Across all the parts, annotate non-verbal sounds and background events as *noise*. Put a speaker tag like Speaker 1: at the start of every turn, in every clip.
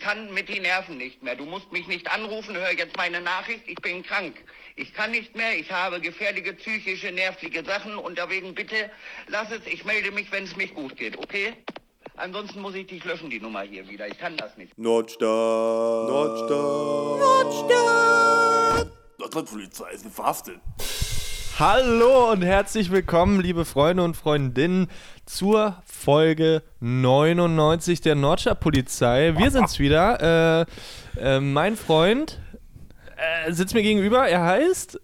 Speaker 1: kann mit die Nerven nicht mehr. Du musst mich nicht anrufen, hör jetzt meine Nachricht, ich bin krank. Ich kann nicht mehr, ich habe gefährliche psychische, nervliche Sachen und deswegen bitte lass es, ich melde mich, wenn es mich gut geht, okay? Ansonsten muss ich dich löschen, die Nummer hier wieder. Ich kann das nicht.
Speaker 2: Nordstadt. Nordstadt.
Speaker 3: Nordrhein-Polizei ist verhaftet.
Speaker 4: Hallo und herzlich willkommen, liebe Freunde und Freundinnen, zur Folge 99 der Nordstadt Polizei. Wir sind's wieder. Äh, äh, mein Freund äh, sitzt mir gegenüber. Er heißt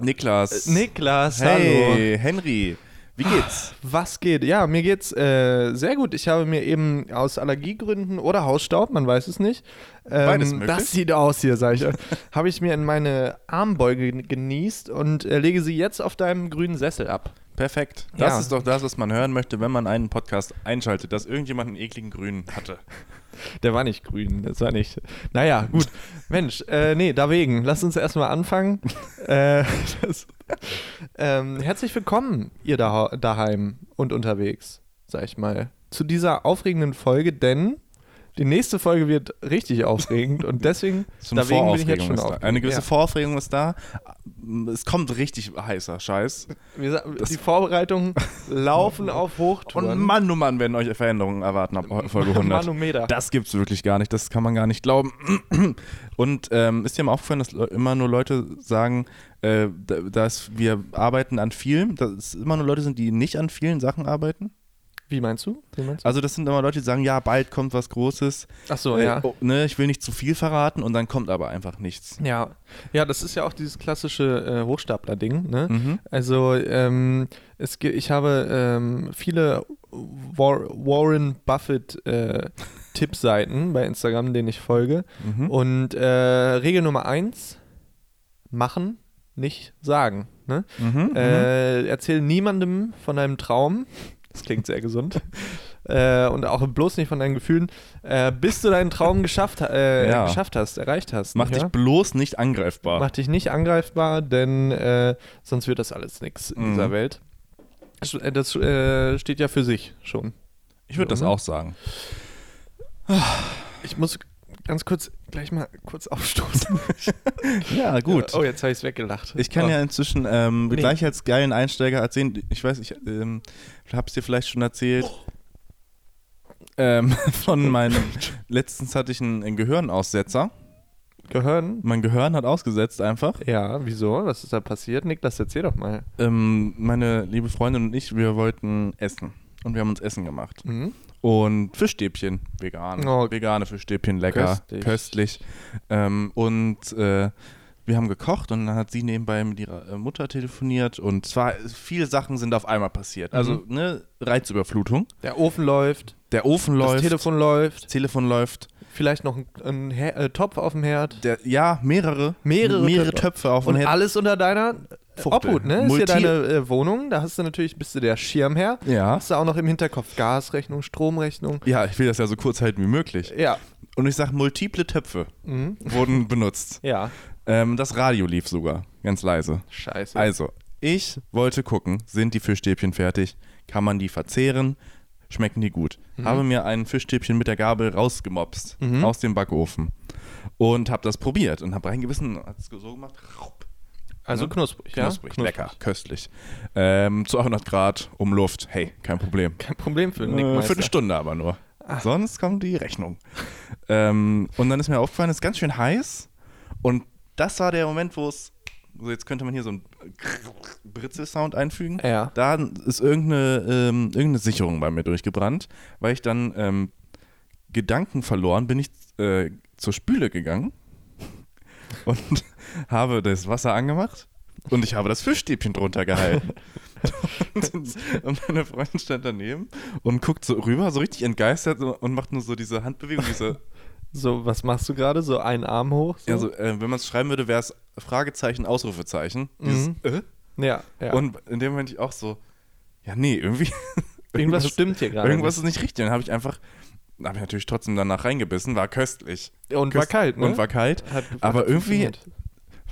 Speaker 2: Niklas.
Speaker 4: Äh, Niklas. Hallo.
Speaker 2: Hey, Henry. Wie geht's?
Speaker 4: Was geht? Ja, mir geht's äh, sehr gut. Ich habe mir eben aus Allergiegründen oder Hausstaub, man weiß es nicht. Ähm,
Speaker 2: Beides möglich.
Speaker 4: Das sieht aus hier, sag ich. euch, *laughs* habe ich mir in meine Armbeuge genießt und äh, lege sie jetzt auf deinem grünen Sessel ab.
Speaker 2: Perfekt. Das
Speaker 4: Ja.
Speaker 2: ist doch das, was man hören möchte, wenn man einen Podcast einschaltet, dass irgendjemand einen ekligen Grünen hatte.
Speaker 4: Der war nicht grün, das war nicht. Naja, gut. Mensch, äh, nee, deswegen. Lass uns erstmal
Speaker 2: *laughs*
Speaker 4: anfangen. äh, das, ähm, herzlich willkommen, ihr da, daheim und unterwegs, sag ich mal, zu dieser aufregenden Folge, denn die nächste Folge wird richtig aufregend und deswegen,
Speaker 2: *laughs* So eine Voraufregung ist da.
Speaker 4: aufgeregt.
Speaker 2: Eine gewisse
Speaker 4: ja.
Speaker 2: Voraufregung ist da. Es kommt richtig heißer Scheiß.
Speaker 4: Wir sa- Die
Speaker 2: *laughs*
Speaker 4: Vorbereitungen laufen auf Hochtouren.
Speaker 2: Und Mann, oh Mann, werden euch Veränderungen erwarten ab Folge 100.
Speaker 4: Manometer.
Speaker 2: Das gibt's wirklich gar nicht. Das kann man gar nicht glauben. *clears throat* Und ähm, ist dir mal aufgefallen, dass Leu- immer nur Leute sagen, äh, da- dass wir arbeiten an vielen, dass es immer nur Leute sind, die nicht an vielen Sachen arbeiten?
Speaker 4: Wie meinst du? Wie meinst du?
Speaker 2: Also das sind immer Leute, die sagen, ja, bald kommt was Großes.
Speaker 4: Ach so,
Speaker 2: äh,
Speaker 4: ja.
Speaker 2: oh, ne, ich will nicht zu viel verraten und dann kommt aber einfach nichts.
Speaker 4: Ja, ja, das ist ja auch dieses klassische äh, Hochstapler-Ding. Ne?
Speaker 2: Mhm.
Speaker 4: Also ähm, es, ge- ich habe ähm, viele War Warren Buffett
Speaker 2: *laughs*
Speaker 4: äh, Tippseiten bei Instagram, denen ich folge.
Speaker 2: Mhm.
Speaker 4: Und äh, Regel Nummer eins: Machen, nicht sagen. Ne?
Speaker 2: Mhm,
Speaker 4: äh, erzähl niemandem von deinem Traum. Das klingt
Speaker 2: *laughs*
Speaker 4: sehr gesund. Äh, und auch bloß nicht von deinen Gefühlen, äh, bis du deinen Traum geschafft, ha- äh,
Speaker 2: Ja.
Speaker 4: geschafft hast, erreicht hast.
Speaker 2: Mach
Speaker 4: nicht
Speaker 2: dich
Speaker 4: wahr?
Speaker 2: bloß nicht angreifbar.
Speaker 4: Mach dich nicht angreifbar, denn äh, sonst wird das alles nichts in
Speaker 2: Mhm.
Speaker 4: dieser Welt. Das, äh, Das äh, steht ja für sich schon.
Speaker 2: ich würde das
Speaker 4: Mhm.
Speaker 2: auch sagen.
Speaker 4: Ich muss ganz kurz gleich mal kurz *laughs* aufstoßen.
Speaker 2: Ja, gut.
Speaker 4: Oh, jetzt habe ich es weggelacht.
Speaker 2: Ich kann
Speaker 4: oh.
Speaker 2: ja inzwischen ähm,
Speaker 4: Nee.
Speaker 2: gleich als geilen Einsteiger erzählen, ich weiß, ich ähm, hab's dir vielleicht schon erzählt, ähm, *laughs* von meinem, letztens hatte ich einen, einen Gehirnaussetzer.
Speaker 4: Gehirn.
Speaker 2: Mein Gehirn hat ausgesetzt einfach.
Speaker 4: Ja, wieso? Was ist da passiert? Niklas, erzähl doch mal.
Speaker 2: Ähm, meine liebe Freundin und ich, wir wollten essen. Und wir haben uns Essen gemacht.
Speaker 4: Mhm.
Speaker 2: Und Fischstäbchen, vegan.
Speaker 4: Oh,
Speaker 2: Vegane Fischstäbchen, lecker,
Speaker 4: köstlich.
Speaker 2: köstlich. Ähm, und äh, wir haben gekocht und dann hat sie nebenbei mit ihrer äh, Mutter telefoniert und zwar äh, viele Sachen sind auf einmal passiert. Also
Speaker 4: Mhm.
Speaker 2: ne, Reizüberflutung.
Speaker 4: Der Ofen läuft,
Speaker 2: Der Ofen
Speaker 4: das
Speaker 2: läuft,
Speaker 4: Telefon läuft,
Speaker 2: das Telefon läuft.
Speaker 4: vielleicht noch ein, ein Her äh, Topf auf dem Herd.
Speaker 2: Der, ja, mehrere,
Speaker 4: Mehrere
Speaker 2: mehrere
Speaker 4: Töpfe.
Speaker 2: Töpfe auf dem
Speaker 4: Und
Speaker 2: Herd.
Speaker 4: alles unter deiner
Speaker 2: Fuchtel.
Speaker 4: Obhut, ne? Ist hier
Speaker 2: Multi-
Speaker 4: deine äh, Wohnung, da hast du natürlich, bist du der Schirmherr.
Speaker 2: Ja.
Speaker 4: Hast du auch noch im Hinterkopf Gasrechnung, Stromrechnung.
Speaker 2: Ja, ich will das ja so kurz halten wie möglich.
Speaker 4: Ja. Mhm.
Speaker 2: Und ich sag, multiple Töpfe wurden benutzt.
Speaker 4: Ja.
Speaker 2: Ähm, das Radio lief sogar, ganz leise.
Speaker 4: Scheiße.
Speaker 2: Also, ich wollte gucken, sind die Fischstäbchen fertig? Kann man die verzehren? Schmecken die gut? Habe mir ein Fischstäbchen mit der Gabel rausgemopst aus dem Backofen und habe das probiert und habe reingebissen, hat es so gemacht. raup,
Speaker 4: Also knusprig, ja?
Speaker 2: Mhm. knusprig, lecker, köstlich. Ähm, zu 800 Grad, um Luft. Hey, kein Problem.
Speaker 4: Kein Problem für einen
Speaker 2: Äh,
Speaker 4: Nickmeister.
Speaker 2: Viertelstunde aber nur. Sonst kommt die Rechnung. ähm, und dann ist mir aufgefallen, es ist ganz schön heiß. Und das war der Moment, wo es. So, jetzt könnte man hier so einen Britzel-Sound einfügen.
Speaker 4: Ja.
Speaker 2: Da ist irgendeine, ähm, irgendeine Sicherung bei mir durchgebrannt, weil ich dann ähm, Gedanken verloren bin, ich äh, zur Spüle gegangen *laughs* und *laughs* habe das Wasser angemacht und ich habe das Fischstäbchen drunter gehalten. *laughs* und, und meine Freundin stand daneben und guckt so rüber, so richtig entgeistert so, und macht nur so diese Handbewegung, diese,
Speaker 4: So, was machst du gerade? So einen Arm hoch? So?
Speaker 2: also äh, wenn man es schreiben würde, wäre es Fragezeichen, Ausrufezeichen. Dieses, äh?
Speaker 4: ja, Mhm. ja.
Speaker 2: Und in dem Moment ich auch so, ja nee, irgendwie... *laughs*
Speaker 4: Irgendwas stimmt hier gerade
Speaker 2: Irgendwas ist nicht richtig. Dann habe ich einfach, habe ich natürlich trotzdem danach reingebissen, war köstlich.
Speaker 4: Und war
Speaker 2: Köst-
Speaker 4: kalt, ne?
Speaker 2: Und war kalt.
Speaker 4: Hat-
Speaker 2: aber
Speaker 4: hat
Speaker 2: irgendwie,
Speaker 4: funktioniert.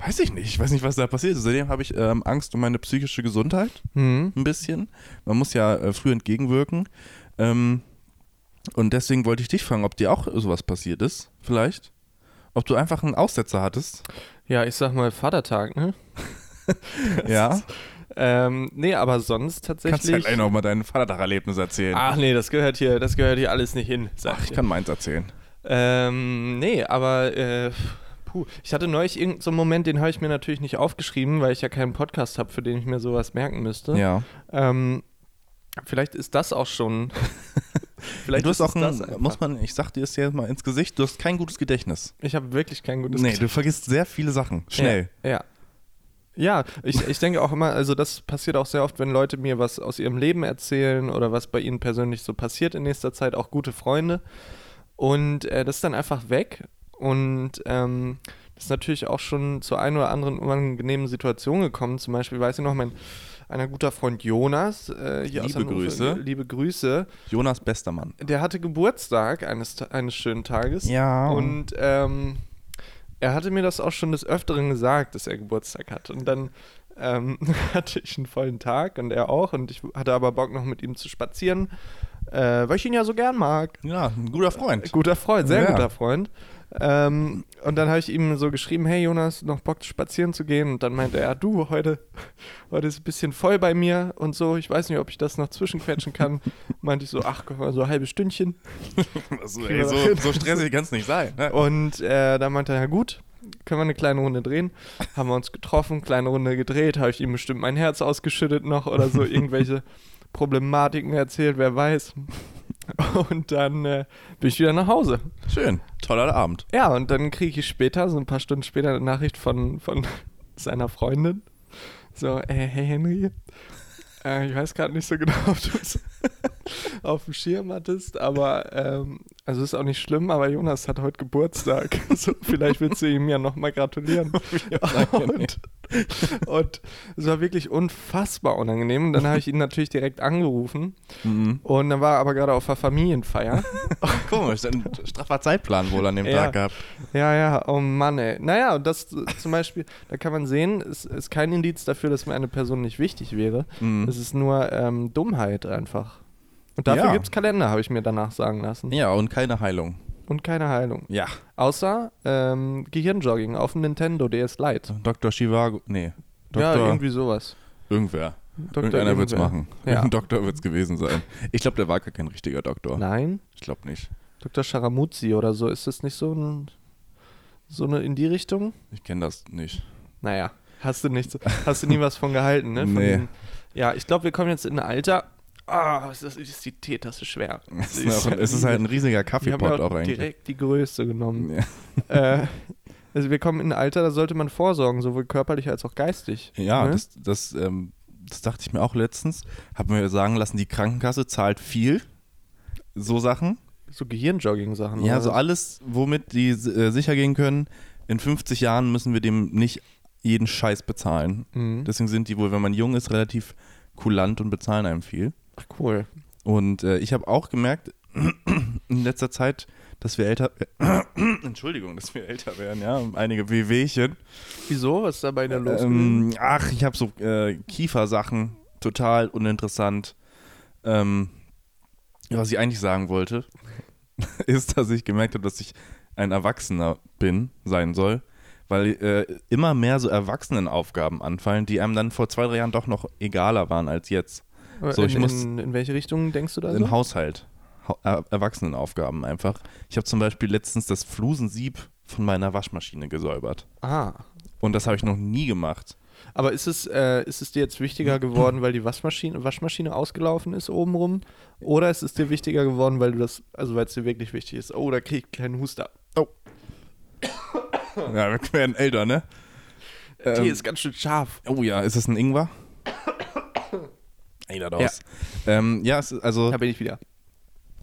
Speaker 2: weiß ich nicht, ich weiß nicht, was da passiert ist. Seitdem habe ich ähm, Angst um meine psychische Gesundheit.
Speaker 4: Hm.
Speaker 2: Ein bisschen. Man muss ja äh, früh entgegenwirken. Ähm, Und deswegen wollte ich dich fragen, ob dir auch sowas passiert ist, vielleicht. Ob du einfach einen Aussetzer hattest.
Speaker 4: Ja, ich sag mal Vatertag, ne?
Speaker 2: ja.
Speaker 4: Ähm, nee, aber sonst
Speaker 2: Kannst du
Speaker 4: tatsächlich.
Speaker 2: halt auch mal dein Vatertag-Erlebnis erzählen.
Speaker 4: Ach nee, das gehört hier, das gehört hier alles nicht hin. Ah, Sag
Speaker 2: Ach, ich kann meins erzählen.
Speaker 4: Ähm, nee, aber äh, puh, ich hatte neulich irgendeinen so einen Moment, den habe ich mir natürlich nicht aufgeschrieben, weil ich ja keinen Podcast habe, für den ich mir sowas merken müsste.
Speaker 2: Ja.
Speaker 4: Ähm, vielleicht ist das
Speaker 2: *laughs*
Speaker 4: auch schon. *laughs* vielleicht
Speaker 2: du hast
Speaker 4: ist
Speaker 2: auch
Speaker 4: es
Speaker 2: ein,
Speaker 4: das
Speaker 2: muss
Speaker 4: einfach.
Speaker 2: man, ich sag dir es jetzt mal ins Gesicht, du hast kein gutes Gedächtnis.
Speaker 4: Ich habe wirklich kein gutes
Speaker 2: nee, du vergisst sehr viele Sachen. Schnell.
Speaker 4: Ja. ja. Ja, ich, ich denke auch immer, also das passiert auch sehr oft, wenn Leute mir was aus ihrem Leben erzählen oder was bei ihnen persönlich so passiert in nächster Zeit, auch gute Freunde. Und äh, das ist dann einfach weg. Und ähm, das ist natürlich auch schon zur einen oder anderen unangenehmen Situation gekommen. Zum Beispiel, weiß ich noch, mein einer guter Freund Jonas, äh, hier aus
Speaker 2: Liebe
Speaker 4: Hannover,
Speaker 2: Grüße.
Speaker 4: liebe Grüße,
Speaker 2: Jonas bester Mann.
Speaker 4: der hatte Geburtstag eines, Ta- eines schönen Tages.
Speaker 2: Ja.
Speaker 4: Und ähm, er hatte mir das auch schon des Öfteren gesagt, dass er Geburtstag hat. Und dann ähm, *laughs* hatte ich einen vollen Tag und er auch. Und ich hatte aber Bock, noch mit ihm zu spazieren, äh, weil ich ihn ja so gern mag.
Speaker 2: Ja, ein guter Freund.
Speaker 4: Guter Freund, sehr
Speaker 2: Ja.
Speaker 4: guter Freund. Ähm, und dann habe ich ihm so geschrieben, hey Jonas, noch Bock spazieren zu gehen? Und dann meinte er, du, heute, heute ist ein bisschen voll bei mir und so, ich weiß nicht, ob ich das noch zwischenquetschen
Speaker 2: *laughs*
Speaker 4: kann. meinte ich so, ach, guck mal, so ein halbes Stündchen.
Speaker 2: Also, ey, so, so stressig kann es nicht sein. *laughs* Ne?
Speaker 4: Und äh, da meinte er, ja gut, können wir eine kleine Runde drehen. Haben wir uns getroffen, kleine Runde gedreht, habe ich ihm bestimmt mein Herz ausgeschüttet noch oder so, irgendwelche Problematiken erzählt, wer weiß. Und dann äh, bin ich wieder nach Hause.
Speaker 2: Schön. Toller Abend.
Speaker 4: *laughs* Ja, und dann kriege ich später, so ein paar Stunden später, eine Nachricht von, von *laughs* seiner Freundin. So, äh, hey Henry, äh, ich weiß gerade nicht so genau, *laughs* ob du es auf dem Schirm hattest, aber ähm, also ist auch nicht schlimm, aber Jonas hat heute Geburtstag. *laughs* So, vielleicht willst du ihm ja nochmal gratulieren. und, und es war wirklich unfassbar unangenehm. Und dann habe ich ihn natürlich direkt angerufen. Und dann war er aber gerade auf der Familienfeier.
Speaker 2: Komisch, dann strafbar Zeitplan wohl an dem
Speaker 4: Ja.
Speaker 2: Tag gehabt.
Speaker 4: Ja, ja, oh Mann, ey. Naja, und das äh, zum Beispiel, da kann man sehen, es ist kein Indiz dafür, dass mir eine Person nicht wichtig wäre.
Speaker 2: Mhm.
Speaker 4: Es ist nur ähm, Dummheit einfach. Und dafür
Speaker 2: Ja.
Speaker 4: gibt's Kalender, habe ich mir danach sagen lassen.
Speaker 2: Ja, und keine Heilung.
Speaker 4: Und keine Heilung.
Speaker 2: Ja.
Speaker 4: Außer ähm, Gehirnjogging auf dem Nintendo DS Lite.
Speaker 2: Dr. Chivago, nee. Dr.
Speaker 4: Ja, irgendwie sowas.
Speaker 2: irgendwer.
Speaker 4: Dr.
Speaker 2: Irgendeiner wird es
Speaker 4: irgendwer.
Speaker 2: machen.
Speaker 4: Ja.
Speaker 2: Ein *laughs* Doktor wird es gewesen sein. Ich glaube, der war gar kein richtiger Doktor.
Speaker 4: Nein,
Speaker 2: Ich glaube nicht.
Speaker 4: Dr. Scharamuzzi oder so. Ist das nicht so, ein, so eine in die Richtung?
Speaker 2: Ich kenne das
Speaker 4: *laughs*
Speaker 2: nicht.
Speaker 4: Naja, hast du nicht, hast du nie was von gehalten, ne? Von
Speaker 2: Nee.
Speaker 4: diesem- ja, ich glaube, wir kommen jetzt in ein Alter. Ah, ist das ist die Teetasse schwer.
Speaker 2: *laughs* Es ist, auch, es ist halt ein riesiger
Speaker 4: wir haben ja
Speaker 2: Kaffeepot
Speaker 4: auch
Speaker 2: auch eigentlich.
Speaker 4: direkt die größte genommen.
Speaker 2: *laughs* Ja.
Speaker 4: äh, also wir kommen in ein Alter, da sollte man vorsorgen, sowohl körperlich als auch geistig.
Speaker 2: Ja,
Speaker 4: ne?
Speaker 2: das, das, ähm, das dachte ich mir auch letztens. Hab mir sagen lassen, die Krankenkasse zahlt viel. So Sachen.
Speaker 4: so Gehirnjogging-Sachen.
Speaker 2: Ja,
Speaker 4: oder?
Speaker 2: so alles, womit die äh, sicher gehen können. In 50 Jahren müssen wir dem nicht jeden Scheiß bezahlen.
Speaker 4: Mhm.
Speaker 2: Deswegen sind die wohl, wenn man jung ist, relativ kulant und bezahlen einem viel.
Speaker 4: Ach, cool.
Speaker 2: Und äh, ich habe auch gemerkt *clears throat* in letzter Zeit, dass wir älter *clears throat* Entschuldigung, dass wir älter werden, ja, einige Wehwehchen.
Speaker 4: Wieso? Was ist da bei dir los?
Speaker 2: Ähm, ach, ich habe so äh, Kiefersachen, total uninteressant. Ähm, ja, was ich eigentlich sagen wollte, *laughs* ist, dass ich gemerkt habe, dass ich ein Erwachsener bin, sein soll, weil äh, immer mehr so Erwachsenenaufgaben anfallen, die einem dann vor zwei, drei Jahren doch noch egaler waren als jetzt.
Speaker 4: Äh,
Speaker 2: so,
Speaker 4: in,
Speaker 2: ich muss-
Speaker 4: in, in welche Richtung denkst du da
Speaker 2: Im
Speaker 4: so?
Speaker 2: Haushalt. Ha Er- Erwachsenenaufgaben einfach. Ich habe zum Beispiel letztens das Flusensieb von meiner Waschmaschine gesäubert.
Speaker 4: Ah.
Speaker 2: Und das habe ich noch nie gemacht.
Speaker 4: Aber ist es, äh, ist es dir jetzt wichtiger geworden, weil die Waschmaschine, Waschmaschine ausgelaufen ist obenrum? Oder ist es dir wichtiger geworden, weil du das, also weil es dir wirklich wichtig ist? Oh, da krieg ich einen kleinen Huster. Hm.
Speaker 2: Ja, wir werden älter, ne?
Speaker 4: Der
Speaker 2: Ähm,
Speaker 4: Tee ist ganz schön scharf.
Speaker 2: Oh ja, ist das ein
Speaker 4: *coughs*
Speaker 2: Ingwer? Ey, da draus. Ja, ähm, ja es ist, also
Speaker 4: Da bin ich wieder.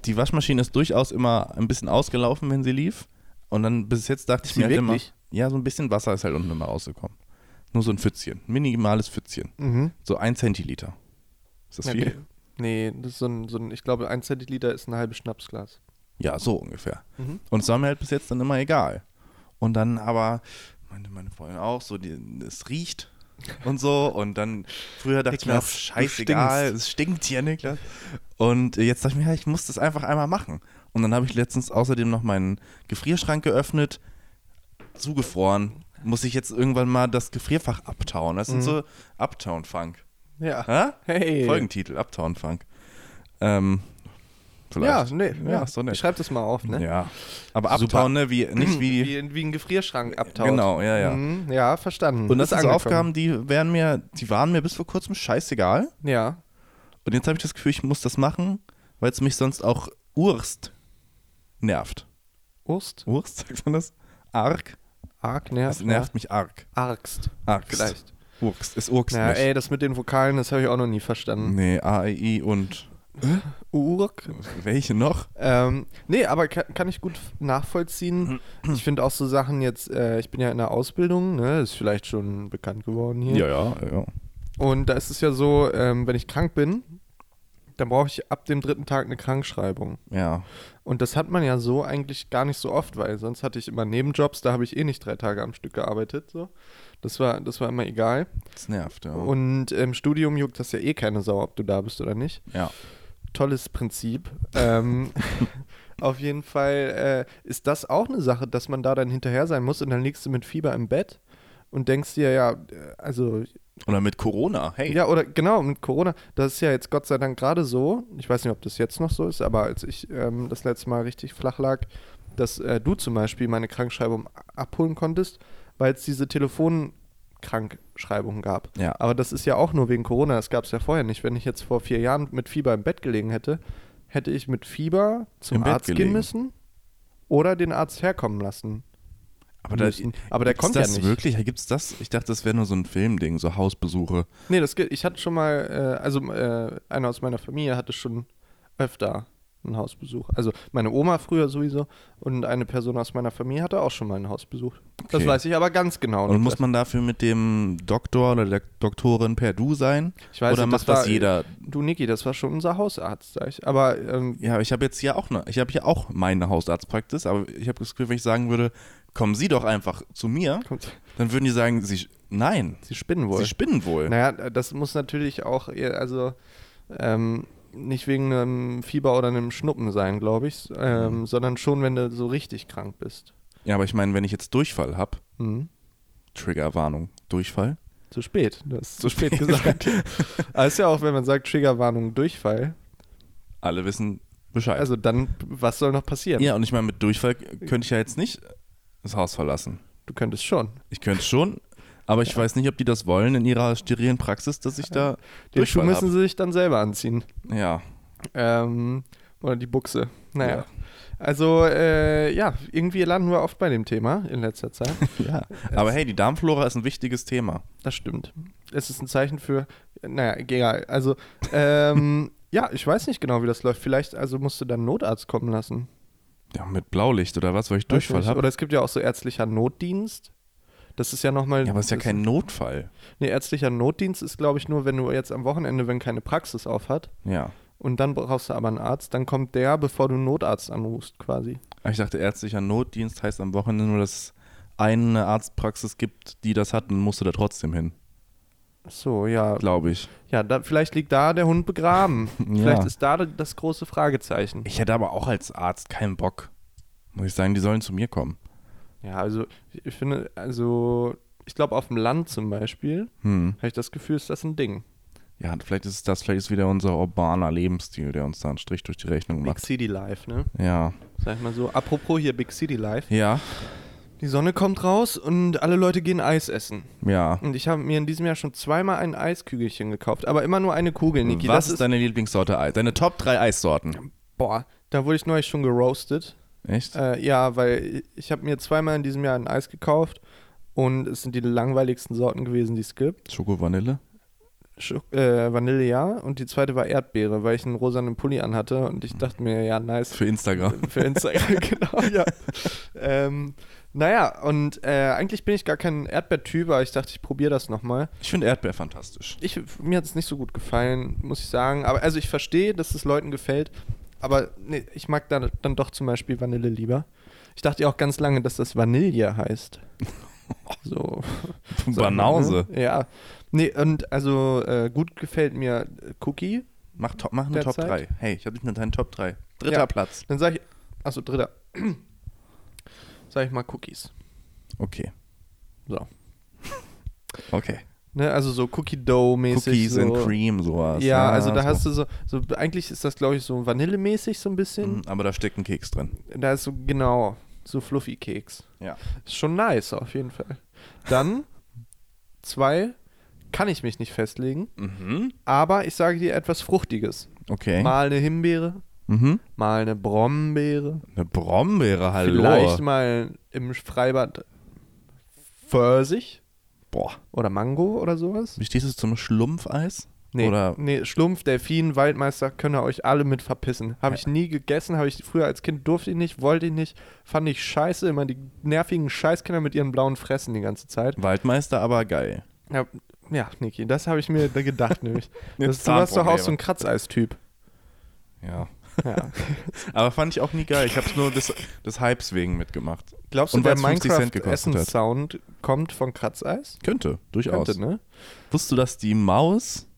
Speaker 2: die Waschmaschine ist durchaus immer ein bisschen ausgelaufen, wenn sie lief. Und dann bis jetzt dachte ich
Speaker 4: sie
Speaker 2: mir halt immer,
Speaker 4: wirklich?
Speaker 2: ja, so ein bisschen Wasser ist halt unten immer rausgekommen. Nur so ein Pfützchen, minimales Pfützchen. So ein Zentiliter. Ist das
Speaker 4: Mhm. Okay.
Speaker 2: viel?
Speaker 4: Nee, das ist so ein, so ein, ich glaube, ein Zentiliter ist ein halbes Schnapsglas.
Speaker 2: Ja, so ungefähr.
Speaker 4: Mhm.
Speaker 2: Und es war mir halt bis jetzt dann immer egal. Und dann aber, meinte meine Freundin auch, so, die, es riecht und so. Und dann früher dachte ich mir,
Speaker 4: Niklas,
Speaker 2: auch,
Speaker 4: du
Speaker 2: scheißegal, es stinkt hier, Niklas. Und jetzt dachte ich mir, ja, ich muss das einfach einmal machen. Und dann habe ich letztens außerdem noch meinen Gefrierschrank geöffnet, zugefroren. Muss ich jetzt irgendwann mal das Gefrierfach abtauen? Das sind so Uptown Funk.
Speaker 4: Ja.
Speaker 2: Hä?
Speaker 4: Mhm. Hey.
Speaker 2: Folgentitel, Uptown Funk. Ähm,
Speaker 4: Ja,
Speaker 2: vielleicht.
Speaker 4: nee, ja.
Speaker 2: Ja, ist doch nett.
Speaker 4: Schreib das mal auf, ne?
Speaker 2: Ja. Aber
Speaker 4: Super.
Speaker 2: Uptown, ne, wie, nicht wie.
Speaker 4: Wie, wie ein Gefrierschrank abtaucht.
Speaker 2: genau, ja, ja.
Speaker 4: Mhm, ja, verstanden.
Speaker 2: Und das
Speaker 4: Ist
Speaker 2: sind so
Speaker 4: angekommen.
Speaker 2: Aufgaben, die wären mir, die waren mir bis vor kurzem scheißegal.
Speaker 4: Ja.
Speaker 2: Und jetzt habe ich das Gefühl, ich muss das machen, weil es mich sonst auch Urst nervt.
Speaker 4: Ost,
Speaker 2: Urst, *laughs* sagt man das? Arg?
Speaker 4: Arg, nervt. ne?
Speaker 2: Das nervt mich arg.
Speaker 4: Argst.
Speaker 2: Argst.
Speaker 4: Vielleicht.
Speaker 2: Urst. Ist Urst
Speaker 4: Ja,
Speaker 2: nicht.
Speaker 4: ey, das mit den Vokalen, das habe ich auch noch nie verstanden.
Speaker 2: Nee, A, E, I und
Speaker 4: Urk.
Speaker 2: welche noch?
Speaker 4: Ähm, nee, aber kann, kann ich gut
Speaker 2: *clears throat*
Speaker 4: nachvollziehen. Ich finde auch so Sachen jetzt, äh, ich bin ja in der Ausbildung, ne, ist vielleicht schon bekannt geworden hier.
Speaker 2: ja, ja.
Speaker 4: Und da ist es ja so, ähm, wenn ich krank bin, dann brauche ich ab dem dritten Tag eine Krankschreibung.
Speaker 2: Ja,
Speaker 4: Und das hat man ja so eigentlich gar nicht so oft, weil sonst hatte ich immer Nebenjobs, da habe ich eh nicht drei Tage am Stück gearbeitet. So. Das, war, das war immer egal.
Speaker 2: das nervt, ja.
Speaker 4: Und im Studium juckt das ja eh keine Sau, ob du da bist oder nicht.
Speaker 2: ja.
Speaker 4: tolles Prinzip. Ähm, auf jeden Fall äh, ist das auch eine Sache, dass man da dann hinterher sein muss und dann liegst du mit Fieber im Bett und denkst dir, ja, äh, also,
Speaker 2: Oder mit Corona, hey.
Speaker 4: ja, oder genau, mit Corona, das ist ja jetzt Gott sei Dank gerade so, ich weiß nicht, ob das jetzt noch so ist, aber als ich ähm, das letzte Mal richtig flach lag, dass äh, du zum Beispiel meine Krankschreibung abholen konntest, weil es diese Telefonkrankschreibung gab.
Speaker 2: Ja.
Speaker 4: Aber das ist ja auch nur wegen Corona, das gab es ja vorher nicht. Wenn ich jetzt vor vier Jahren mit Fieber im Bett gelegen hätte, hätte ich mit Fieber zum
Speaker 2: Im Bett
Speaker 4: Arzt
Speaker 2: gelegen.
Speaker 4: gehen müssen oder den Arzt herkommen lassen.
Speaker 2: aber, da,
Speaker 4: müssen. Aber der
Speaker 2: gibt's
Speaker 4: kommt ja
Speaker 2: das
Speaker 4: nicht.
Speaker 2: wirklich? Gibt es das? Ich dachte, das wäre nur so ein Filmding, so Hausbesuche.
Speaker 4: Nee, das geht. Ich hatte schon mal, äh, also äh, einer aus meiner Familie hatte schon öfter einen Hausbesuch. Also meine Oma früher sowieso und eine Person aus meiner Familie hatte auch schon mal einen Hausbesuch. Das
Speaker 2: Okay.
Speaker 4: weiß ich aber ganz genau.
Speaker 2: Und muss
Speaker 4: Niklas.
Speaker 2: man dafür mit dem Doktor oder der Doktorin per Du sein?
Speaker 4: Ich weiß
Speaker 2: oder
Speaker 4: nicht,
Speaker 2: macht
Speaker 4: das war-
Speaker 2: das jeder?
Speaker 4: du, Niki, das war schon unser Hausarzt, sag ich. Aber ähm,
Speaker 2: Ja, ich habe jetzt hier auch ne, ich habe hier auch meine Hausarztpraxis, aber ich habe das Gefühl, wenn ich sagen würde, kommen Sie doch einfach zu mir,
Speaker 4: kommt,
Speaker 2: dann würden die sagen, Sie nein,
Speaker 4: sie spinnen wohl.
Speaker 2: Sie spinnen wohl.
Speaker 4: Naja, das muss natürlich auch, eher- also ähm, nicht wegen einem Fieber oder einem Schnuppen sein, glaube ich,
Speaker 2: Mhm.
Speaker 4: ähm, sondern schon, wenn du so richtig krank bist.
Speaker 2: Ja, aber ich meine, wenn ich jetzt Durchfall habe,
Speaker 4: Mhm.
Speaker 2: Triggerwarnung, Durchfall.
Speaker 4: Zu spät, du hast zu spät gesagt. *laughs* Aber ist ja auch, wenn man sagt Triggerwarnung, Durchfall,
Speaker 2: Alle wissen Bescheid.
Speaker 4: also dann, was soll noch passieren?
Speaker 2: ja, und ich meine, mit Durchfall könnte ich ja jetzt nicht das Haus verlassen.
Speaker 4: Du könntest schon.
Speaker 2: Ich könnte schon, aber ich weiß nicht, ob die das wollen in ihrer sterilen Praxis, dass ich da
Speaker 4: Den Schuh
Speaker 2: Durchfall
Speaker 4: müssen
Speaker 2: hab.
Speaker 4: sie sich dann selber anziehen.
Speaker 2: Ja,
Speaker 4: Ähm, oder die Buchse. Naja.
Speaker 2: Ja.
Speaker 4: Also, äh, ja, irgendwie landen wir oft bei dem Thema in
Speaker 2: *laughs*
Speaker 4: letzter Zeit.
Speaker 2: ja. Aber hey, die Darmflora ist ein wichtiges Thema.
Speaker 4: Das stimmt. Es ist ein Zeichen für, naja, egal. Also,
Speaker 2: *laughs*
Speaker 4: ähm, ja, ich weiß nicht genau, wie das läuft. Vielleicht, also musst du dann einen Notarzt kommen lassen.
Speaker 2: Ja, mit Blaulicht oder was, weil ich
Speaker 4: Weiß
Speaker 2: Durchfall
Speaker 4: nicht.
Speaker 2: habe.
Speaker 4: Oder es gibt ja auch so ärztlicher Notdienst. Das ist ja nochmal.
Speaker 2: Ja, aber es ist ja kein Notfall.
Speaker 4: Nee, ärztlicher Notdienst ist, glaube ich, nur, wenn du jetzt am Wochenende, wenn keine Praxis auf hat.
Speaker 2: Ja.
Speaker 4: Und dann brauchst du aber einen Arzt. Dann kommt der, bevor du einen Notarzt anrufst, quasi.
Speaker 2: Aber Ich dachte, ärztlicher Notdienst heißt am Wochenende nur, dass es eine Arztpraxis gibt, die das hat und musst du da trotzdem hin,
Speaker 4: Ach So, ja.
Speaker 2: glaube ich.
Speaker 4: Ja, da, vielleicht liegt da der Hund begraben.
Speaker 2: *laughs* Ja.
Speaker 4: Vielleicht ist da das große Fragezeichen.
Speaker 2: Ich hätte aber auch als Arzt keinen Bock. Muss ich sagen, die sollen zu mir kommen.
Speaker 4: Ja, also ich finde, also ich glaube auf dem Land zum Beispiel
Speaker 2: Hm.
Speaker 4: habe ich das Gefühl, ist das ein Ding.
Speaker 2: Ja, vielleicht ist das vielleicht ist wieder unser urbaner Lebensstil, der uns da einen Strich durch die Rechnung
Speaker 4: Big
Speaker 2: macht.
Speaker 4: City Life, ne?
Speaker 2: Ja.
Speaker 4: Sag ich mal so. Apropos hier Big City Life.
Speaker 2: Ja,
Speaker 4: Die Sonne kommt raus und alle Leute gehen Eis essen.
Speaker 2: ja.
Speaker 4: Und ich habe mir in diesem Jahr schon zweimal ein Eiskügelchen gekauft, aber immer nur eine Kugel, Niki.
Speaker 2: Was
Speaker 4: das
Speaker 2: ist deine Lieblingssorte Eis? Deine Top 3 Eissorten.
Speaker 4: boah, da wurde ich neulich schon geroastet.
Speaker 2: Echt?
Speaker 4: Äh, ja, weil ich habe mir zweimal in diesem Jahr ein Eis gekauft und es sind die langweiligsten Sorten gewesen, die es gibt.
Speaker 2: Schoko Vanille?
Speaker 4: Scho äh, Vanille ja und die zweite war Erdbeere, weil ich einen rosanen Pulli anhatte und ich dachte mir, ja, nice.
Speaker 2: Für Instagram.
Speaker 4: Für Instagram, *laughs* genau, ja. ähm, naja, und äh, eigentlich bin ich gar kein Erdbeertyp, aber ich dachte, ich probiere das nochmal.
Speaker 2: Ich finde Erdbeer fantastisch.
Speaker 4: Ich, mir hat es nicht so gut gefallen, muss ich sagen. Aber also ich verstehe, dass es Leuten gefällt, aber nee, ich mag dann, dann doch zum Beispiel Vanille lieber. Ich dachte ja auch ganz lange, dass das
Speaker 2: *laughs*
Speaker 4: Vanille heißt. So.
Speaker 2: Banause.
Speaker 4: ne? Ja. Nee, und also äh, gut gefällt mir Cookie
Speaker 2: Mach, to, mach eine
Speaker 4: Der
Speaker 2: Top
Speaker 4: Zeit?
Speaker 2: 3. Hey, ich habe dich mit deinen Top 3. Dritter
Speaker 4: Ja.
Speaker 2: Platz.
Speaker 4: Dann sage ich, also dritter. *clears throat* sage ich mal Cookies.
Speaker 2: Okay.
Speaker 4: So.
Speaker 2: Okay.
Speaker 4: Ne, also so Cookie Dough mäßig.
Speaker 2: Cookies
Speaker 4: so.
Speaker 2: and Cream, sowas. ne?
Speaker 4: Ja, also da
Speaker 2: so.
Speaker 4: hast du so, so, eigentlich ist das glaube ich so vanillemäßig so ein bisschen.
Speaker 2: Mhm, Aber da steckt ein Keks drin.
Speaker 4: Da ist so, genau, so fluffy Keks.
Speaker 2: Ja.
Speaker 4: Ist schon nice auf jeden Fall. Dann, zwei, kann ich mich nicht festlegen,
Speaker 2: Mhm.
Speaker 4: aber ich sage dir etwas Fruchtiges.
Speaker 2: Okay.
Speaker 4: Mal eine Himbeere,
Speaker 2: Mhm.
Speaker 4: mal eine Brombeere,
Speaker 2: Eine Brombeere, hallo.
Speaker 4: vielleicht mal im Freibad Pfirsich
Speaker 2: Boah.
Speaker 4: oder Mango oder sowas.
Speaker 2: Wie stehst du zum Schlumpfeis?
Speaker 4: Nee,
Speaker 2: Oder
Speaker 4: nee, Schlumpf, Delfin, Waldmeister, könnt ihr euch alle mit verpissen. Habe ich nie gegessen, habe ich früher als Kind durfte ich nicht, wollte ich nicht, fand ich scheiße, immer die nervigen Scheißkinder mit ihren blauen Fressen die ganze Zeit.
Speaker 2: Waldmeister, aber geil.
Speaker 4: Ja, ja Niki, das habe ich mir da
Speaker 2: *laughs*
Speaker 4: gedacht nämlich.
Speaker 2: Ja,
Speaker 4: Das, du warst doch auch
Speaker 2: Zahnprobleme.
Speaker 4: so ein Kratzeistyp.
Speaker 2: Ja.
Speaker 4: Ja.
Speaker 2: *laughs* Aber fand ich auch nie geil. Ich habe es nur des, des Hypes wegen mitgemacht.
Speaker 4: Glaubst du,
Speaker 2: Und
Speaker 4: der
Speaker 2: weil's 50 Cent gekostet hat.
Speaker 4: Minecraft-Essen-Sound kommt von Kratzeis?
Speaker 2: Könnte, durchaus.
Speaker 4: Könnte, ne?
Speaker 2: Wusstest du, dass die Maus,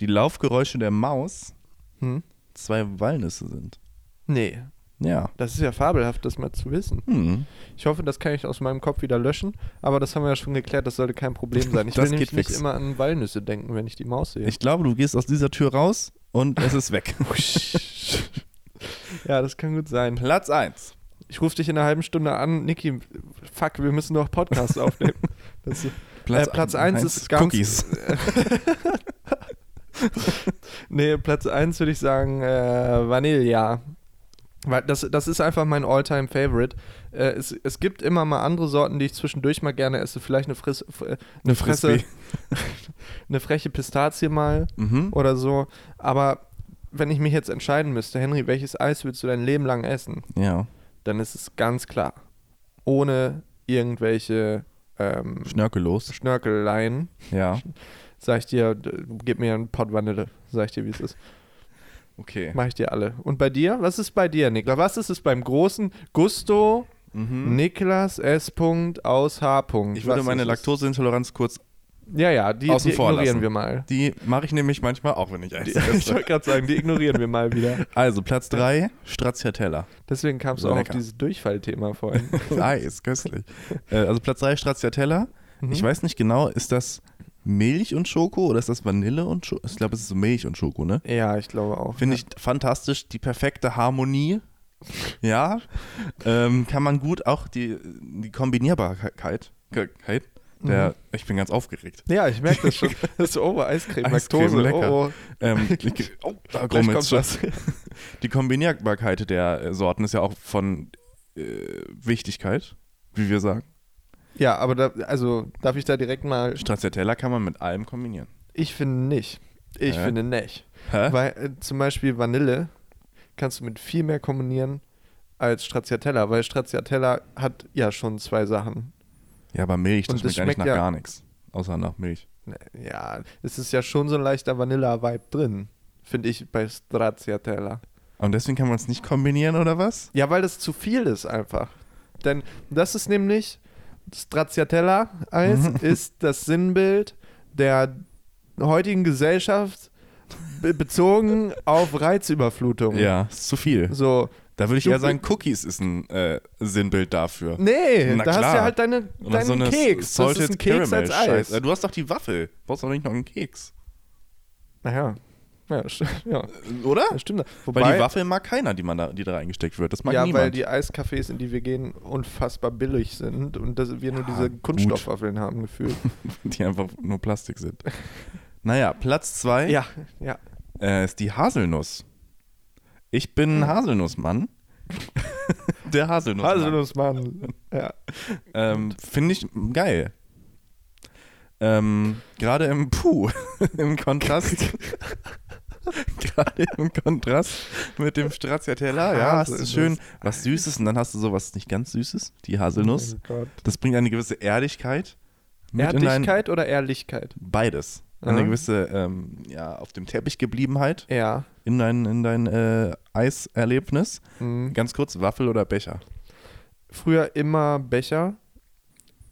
Speaker 2: die Laufgeräusche der Maus,
Speaker 4: Hm?
Speaker 2: zwei Walnüsse sind?
Speaker 4: Nee,
Speaker 2: Ja.
Speaker 4: das ist ja fabelhaft, das mal zu wissen.
Speaker 2: Hm.
Speaker 4: Ich hoffe, das kann ich aus meinem Kopf wieder löschen, aber das haben wir ja schon geklärt, das sollte
Speaker 2: *laughs*
Speaker 4: kein Problem sein. Ich
Speaker 2: Das
Speaker 4: will nämlich
Speaker 2: geht
Speaker 4: nicht
Speaker 2: fix.
Speaker 4: immer an Walnüsse denken, wenn ich die Maus sehe.
Speaker 2: Ich glaube, du gehst aus dieser Tür raus und es ist
Speaker 4: *laughs*
Speaker 2: weg.
Speaker 4: ja, das kann gut sein. ne?
Speaker 2: Platz 1.
Speaker 4: Ich rufe dich in einer halben Stunde an, Niki, fuck, wir müssen noch
Speaker 2: *laughs*
Speaker 4: Podcasts aufnehmen. Das, äh, Platz eins ist ganz- *laughs*
Speaker 2: Cookies.
Speaker 4: nee, Platz 1 würde ich sagen äh, Vanilla. Weil das, das ist einfach mein All-Time-Favorite. Äh, es, es gibt immer mal andere Sorten, die ich zwischendurch mal gerne esse. Vielleicht eine, Friss, f- äh, eine Fresse,
Speaker 2: Frisbee.
Speaker 4: *laughs* eine freche Pistazie mal.
Speaker 2: Mhm.
Speaker 4: oder so. Aber wenn ich mich jetzt entscheiden müsste, Henry, welches Eis willst du dein Leben lang essen?
Speaker 2: Ja.
Speaker 4: Dann ist es ganz klar. Ohne irgendwelche ähm,
Speaker 2: Schnörkellos.
Speaker 4: Schnörkeleien.
Speaker 2: Ja.
Speaker 4: Sag ich dir, d- gib mir einen Pott Vanille. Sag ich dir, wie es ist.
Speaker 2: Okay.
Speaker 4: Mach ich dir alle. Und bei dir? Was ist bei dir, Niklas? Was ist es beim großen Gusto Niklas S. Punkt aus H. Punkt?
Speaker 2: Mhm. Ich würde
Speaker 4: Was
Speaker 2: meine
Speaker 4: ist es?
Speaker 2: Laktoseintoleranz kurz.
Speaker 4: Ja, ja, die,
Speaker 2: außen
Speaker 4: die
Speaker 2: vor
Speaker 4: ignorieren
Speaker 2: lassen. *laughs*
Speaker 4: wir mal.
Speaker 2: Die mache ich nämlich manchmal auch,
Speaker 4: *laughs*
Speaker 2: wenn ich Eis
Speaker 4: Die, ich
Speaker 2: esse.
Speaker 4: wollte gerade sagen, die ignorieren wir mal wieder.
Speaker 2: Also Platz 3, Stracciatella.
Speaker 4: Deswegen kam es
Speaker 2: So
Speaker 4: auch
Speaker 2: lecker.
Speaker 4: auf dieses Durchfallthema vorhin.
Speaker 2: *laughs* Eis, köstlich. Äh, also Platz 3, Stracciatella.
Speaker 4: Mhm.
Speaker 2: Ich weiß nicht genau, ist das Milch und Schoko oder ist das Vanille und Schoko? Ich glaube, es ist Milch und Schoko, ne?
Speaker 4: Ja, ich glaube auch.
Speaker 2: Finde ich fantastisch, die perfekte Harmonie. Ja, ähm, kann man gut auch die, die Kombinierbarkeit. Keit,
Speaker 4: Mhm.
Speaker 2: der, Ich bin ganz aufgeregt.
Speaker 4: Ja, ich merke
Speaker 2: *laughs*
Speaker 4: das schon. Das ist oh, Eiscreme, Laktose,
Speaker 2: lecker.
Speaker 4: oh, oh.
Speaker 2: Ähm,
Speaker 4: *laughs*
Speaker 2: ich, oh, da
Speaker 4: Gleich
Speaker 2: kommt
Speaker 4: kommt
Speaker 2: jetzt
Speaker 4: was.
Speaker 2: schon. *laughs* Die Kombinierbarkeit der äh, Sorten ist ja auch von äh, Wichtigkeit, wie wir sagen.
Speaker 4: Ja, aber da, also darf ich da direkt mal.
Speaker 2: Stracciatella kann man mit allem kombinieren.
Speaker 4: Ich finde nicht. Ich
Speaker 2: Hä?
Speaker 4: finde nicht.
Speaker 2: Hä?
Speaker 4: Weil äh, zum Beispiel Vanille kannst du mit viel mehr kombinieren als Stracciatella, weil Stracciatella hat ja schon zwei Sachen.
Speaker 2: Ja, aber Milch, das
Speaker 4: Und
Speaker 2: schmeckt,
Speaker 4: es
Speaker 2: eigentlich nach
Speaker 4: schmeckt ja-
Speaker 2: gar nichts. Außer nach Milch.
Speaker 4: Ne, Ja, es ist ja schon so ein leichter Vanilla-Vibe drin, finde ich bei Stracciatella.
Speaker 2: Und deswegen kann man es nicht kombinieren, oder was?
Speaker 4: Ja, weil das zu viel ist einfach. Denn das ist nämlich Stracciatella-Eis
Speaker 2: Mhm.
Speaker 4: ist das Sinnbild der heutigen Gesellschaft be bezogen auf Reizüberflutung.
Speaker 2: Ja, ist zu viel.
Speaker 4: So,
Speaker 2: Da würde ich
Speaker 4: Du-
Speaker 2: eher sagen, Cookies ist ein äh, Sinnbild dafür.
Speaker 4: nee,
Speaker 2: Na
Speaker 4: da
Speaker 2: klar.
Speaker 4: hast du halt deine,
Speaker 2: Und dann
Speaker 4: deinen
Speaker 2: so eine
Speaker 4: Keks. Das
Speaker 2: Salted
Speaker 4: ist ein Keks
Speaker 2: Caramel
Speaker 4: als Eis.
Speaker 2: Scheiße. Du hast doch die Waffel. Brauchst doch nicht noch einen Keks.
Speaker 4: Naja. Ja, st- ja,
Speaker 2: Oder?
Speaker 4: das stimmt.
Speaker 2: Weil
Speaker 4: Wobei,
Speaker 2: die Waffel mag keiner, die, man da, die da reingesteckt wird. Das mag
Speaker 4: ja,
Speaker 2: niemand.
Speaker 4: weil die Eiscafés, in die wir gehen, unfassbar billig sind und dass wir nur diese Kunststoffwaffeln haben gefühlt.
Speaker 2: *laughs* die einfach nur Plastik sind. naja, Platz 2
Speaker 4: ja, ja.
Speaker 2: äh, ist die Haselnuss. Ich bin ein
Speaker 4: Hm.
Speaker 2: Haselnussmann. *laughs* Der Haselnussmann.
Speaker 4: Haselnussmann. Also Ja.
Speaker 2: Ähm, Finde ich geil. Ähm, Gerade im Puh, *laughs* im Kontrast. *laughs* Gerade im Kontrast mit dem Stracciatella, ja, hast du
Speaker 4: Haselnuss.
Speaker 2: schön was Süßes und dann hast du sowas nicht ganz Süßes, die Haselnuss.
Speaker 4: Oh Gott.
Speaker 2: Das bringt eine gewisse Erdigkeit. mit in dein-
Speaker 4: Erdigkeit oder Ehrlichkeit?
Speaker 2: Beides. Eine
Speaker 4: Mhm.
Speaker 2: gewisse, ähm, ja, auf dem Teppich gebliebenheit
Speaker 4: Ja.
Speaker 2: in dein, in dein äh, Eiserlebnis.
Speaker 4: Mhm.
Speaker 2: Ganz kurz, Waffel oder Becher?
Speaker 4: Früher immer Becher.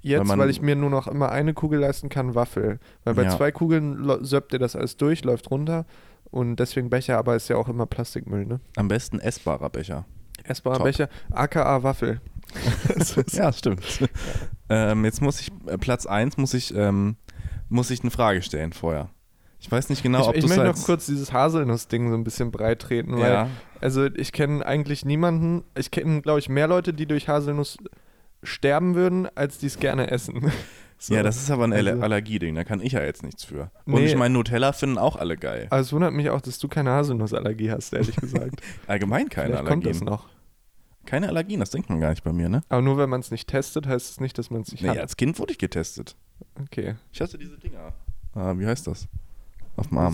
Speaker 2: Weil
Speaker 4: Jetzt,
Speaker 2: man-
Speaker 4: weil, ich mir nur noch immer eine Kugel leisten kann, Waffel. Weil bei
Speaker 2: Ja.
Speaker 4: zwei Kugeln lo- söppt ihr das alles durch, läuft runter. Und deswegen Becher, aber ist ja auch immer Plastikmüll, ne?
Speaker 2: Am besten essbarer Becher.
Speaker 4: Essbarer
Speaker 2: Top.
Speaker 4: Becher, aka Waffel.
Speaker 2: ja,
Speaker 4: *laughs*
Speaker 2: stimmt. Ähm, jetzt muss ich, äh, Platz 1 muss ich, ähm, muss ich eine Frage stellen vorher. Ich weiß nicht genau, ob
Speaker 4: ich ich
Speaker 2: du es
Speaker 4: möchte
Speaker 2: als...
Speaker 4: noch kurz dieses Haselnuss-Ding so ein bisschen breit treten, weil
Speaker 2: Ja.
Speaker 4: also ich kenne eigentlich niemanden, ich kenne, glaube ich, mehr Leute, die durch Haselnuss sterben würden, als die es gerne essen. So.
Speaker 2: Ja, das ist aber ein Alle-
Speaker 4: Also-
Speaker 2: Allergieding, da kann ich ja jetzt nichts für. Und
Speaker 4: Nee.
Speaker 2: ich meine, Nutella finden auch alle geil.
Speaker 4: Aber es wundert mich auch, dass du keine Haselnussallergie hast, ehrlich gesagt.
Speaker 2: *laughs* Allgemein keine
Speaker 4: Vielleicht kommt das
Speaker 2: Allergien.
Speaker 4: noch.
Speaker 2: Keine Allergien, das denkt man gar nicht bei mir, ne?
Speaker 4: Aber nur wenn man es nicht testet, heißt es nicht, dass man es nicht
Speaker 2: Nee,
Speaker 4: hat.
Speaker 2: als Kind wurde ich getestet.
Speaker 4: Okay.
Speaker 2: Ich hatte diese Dinger. Ah, wie heißt das? Auf dem Arm.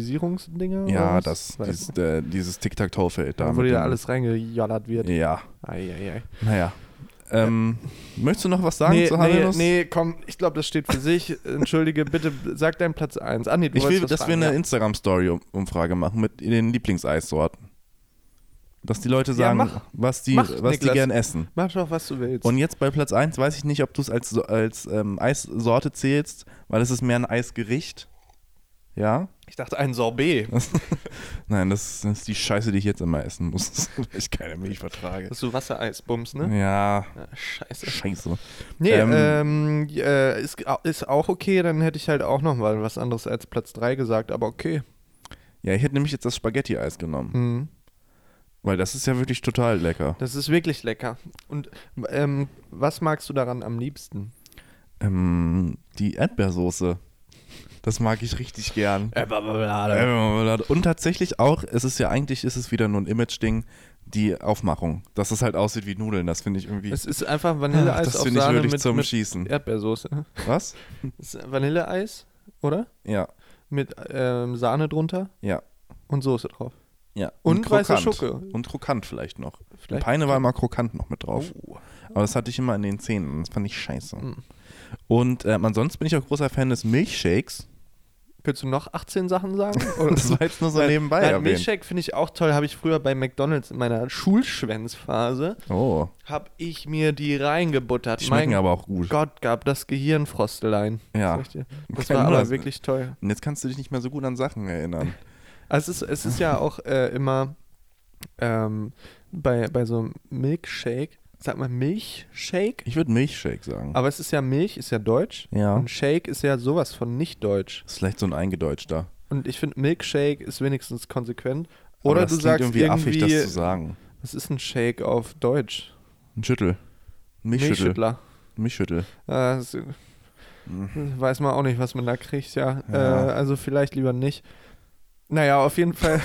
Speaker 4: Sensibilisierungsdinger? oder
Speaker 2: Ja,
Speaker 4: was?
Speaker 2: das,
Speaker 4: Weiß
Speaker 2: dieses,
Speaker 4: nicht.
Speaker 2: äh, dieses Tic-Tac-Toe-Feld da.
Speaker 4: Da wurde
Speaker 2: mit
Speaker 4: ja
Speaker 2: dem-
Speaker 4: alles reingejollert wird.
Speaker 2: Ja,
Speaker 4: Eieiei.
Speaker 2: naja. Ähm, Möchtest du noch was sagen
Speaker 4: nee,
Speaker 2: zu Haselnuss?
Speaker 4: Nee, nee, komm, ich glaube, das steht für sich. Entschuldige, bitte sag deinen Platz 1. Ah, nee, du
Speaker 2: Ich will,
Speaker 4: wolltest was
Speaker 2: dass wir
Speaker 4: fragen,
Speaker 2: eine
Speaker 4: ja.
Speaker 2: Instagram-Story-Umfrage machen mit den Lieblingseissorten. Dass die Leute sagen,
Speaker 4: mach.
Speaker 2: was die,
Speaker 4: Mach,
Speaker 2: was die
Speaker 4: Niklas.
Speaker 2: gern essen.
Speaker 4: Mach doch, was du willst.
Speaker 2: Und jetzt bei Platz 1 weiß ich nicht, ob du es als, so- als ähm, Eissorte zählst, weil es ist mehr ein Eisgericht. Ja?
Speaker 4: ich dachte, ein Sorbet.
Speaker 2: *laughs* Nein, das, das ist die Scheiße, die ich jetzt immer essen muss, *laughs* weil ich keine Milch vertrage.
Speaker 4: Dass du Wassereisbums, ne?
Speaker 2: Ja,
Speaker 4: Ja, scheiße.
Speaker 2: scheiße.
Speaker 4: Nee,
Speaker 2: Ähm,
Speaker 4: ähm, äh, ist, ist auch okay, dann hätte ich halt auch noch mal was anderes als Platz 3 gesagt, aber okay.
Speaker 2: Ja, ich hätte nämlich jetzt das Spaghetti-Eis genommen,
Speaker 4: Mhm.
Speaker 2: weil das ist ja wirklich total lecker.
Speaker 4: Das ist wirklich lecker. Und ähm, was magst du daran am liebsten?
Speaker 2: Ähm, die Erdbeersoße, das mag ich richtig gern.
Speaker 4: Blablabla.
Speaker 2: Ähm, Und tatsächlich auch, es ist ja eigentlich, ist es wieder nur ein Image-Ding, die Aufmachung. Dass es halt aussieht wie Nudeln, das finde ich irgendwie.
Speaker 4: Es ist einfach
Speaker 2: Ach, das
Speaker 4: Vanilleeis auf
Speaker 2: finde ich
Speaker 4: Sahne
Speaker 2: würdig
Speaker 4: mit,
Speaker 2: zum
Speaker 4: mit
Speaker 2: Schießen.
Speaker 4: Erdbeersoße.
Speaker 2: Was?
Speaker 4: Das ist Vanilleeis, oder?
Speaker 2: Ja,
Speaker 4: Mit ähm, Sahne drunter
Speaker 2: ja,
Speaker 4: und Soße drauf.
Speaker 2: ja.
Speaker 4: Und weiße
Speaker 2: krokant.
Speaker 4: Schocke.
Speaker 2: Und krokant vielleicht noch.
Speaker 4: Vielleicht- Oh.
Speaker 2: Peine war immer krokant noch mit drauf. Aber das hatte ich immer in den Zähnen. Das fand ich scheiße.
Speaker 4: Hm.
Speaker 2: Und ähm, ansonsten bin ich auch großer Fan des Milchshakes.
Speaker 4: Willst du noch 18
Speaker 2: *laughs*
Speaker 4: Sachen sagen?
Speaker 2: Das war jetzt nur so nebenbei
Speaker 4: Nein,
Speaker 2: erwähnt.
Speaker 4: Milchshake finde ich auch toll. Habe ich früher bei McDonalds in meiner Schulschwänzphase,
Speaker 2: Oh,
Speaker 4: habe ich mir die reingebuttert.
Speaker 2: die schmecken
Speaker 4: mein
Speaker 2: aber auch gut.
Speaker 4: Gott, gab das Gehirnfrostelein.
Speaker 2: Ja.
Speaker 4: Sag ich dir. Das
Speaker 2: Kein
Speaker 4: war
Speaker 2: Wunder.
Speaker 4: aber wirklich toll.
Speaker 2: Und jetzt kannst du dich nicht mehr so gut an Sachen erinnern.
Speaker 4: Also es ist, es ist ja auch äh, immer ähm, bei, bei so einem Milkshake, sag mal Milchshake,
Speaker 2: Ich würde Milchshake sagen.
Speaker 4: aber es ist ja Milch, ist ja deutsch.
Speaker 2: Ja.
Speaker 4: Und Shake ist ja sowas von nicht deutsch.
Speaker 2: Das ist vielleicht so ein eingedeutschter.
Speaker 4: Und ich finde, Milkshake ist wenigstens konsequent.
Speaker 2: Aber
Speaker 4: Oder
Speaker 2: das
Speaker 4: du
Speaker 2: klingt
Speaker 4: sagst
Speaker 2: irgendwie,
Speaker 4: irgendwie,
Speaker 2: affig, das zu sagen.
Speaker 4: was ist ein Shake auf Deutsch?
Speaker 2: Ein Schüttel. Ein Milchschüttel.
Speaker 4: Milchschüttler.
Speaker 2: Milchschüttel.
Speaker 4: Äh, das, Weiß man auch nicht, was man da kriegt, ja.
Speaker 2: Mhm. Ja.
Speaker 4: Äh, also vielleicht lieber nicht. Naja, auf
Speaker 2: *laughs*
Speaker 4: jeden Fall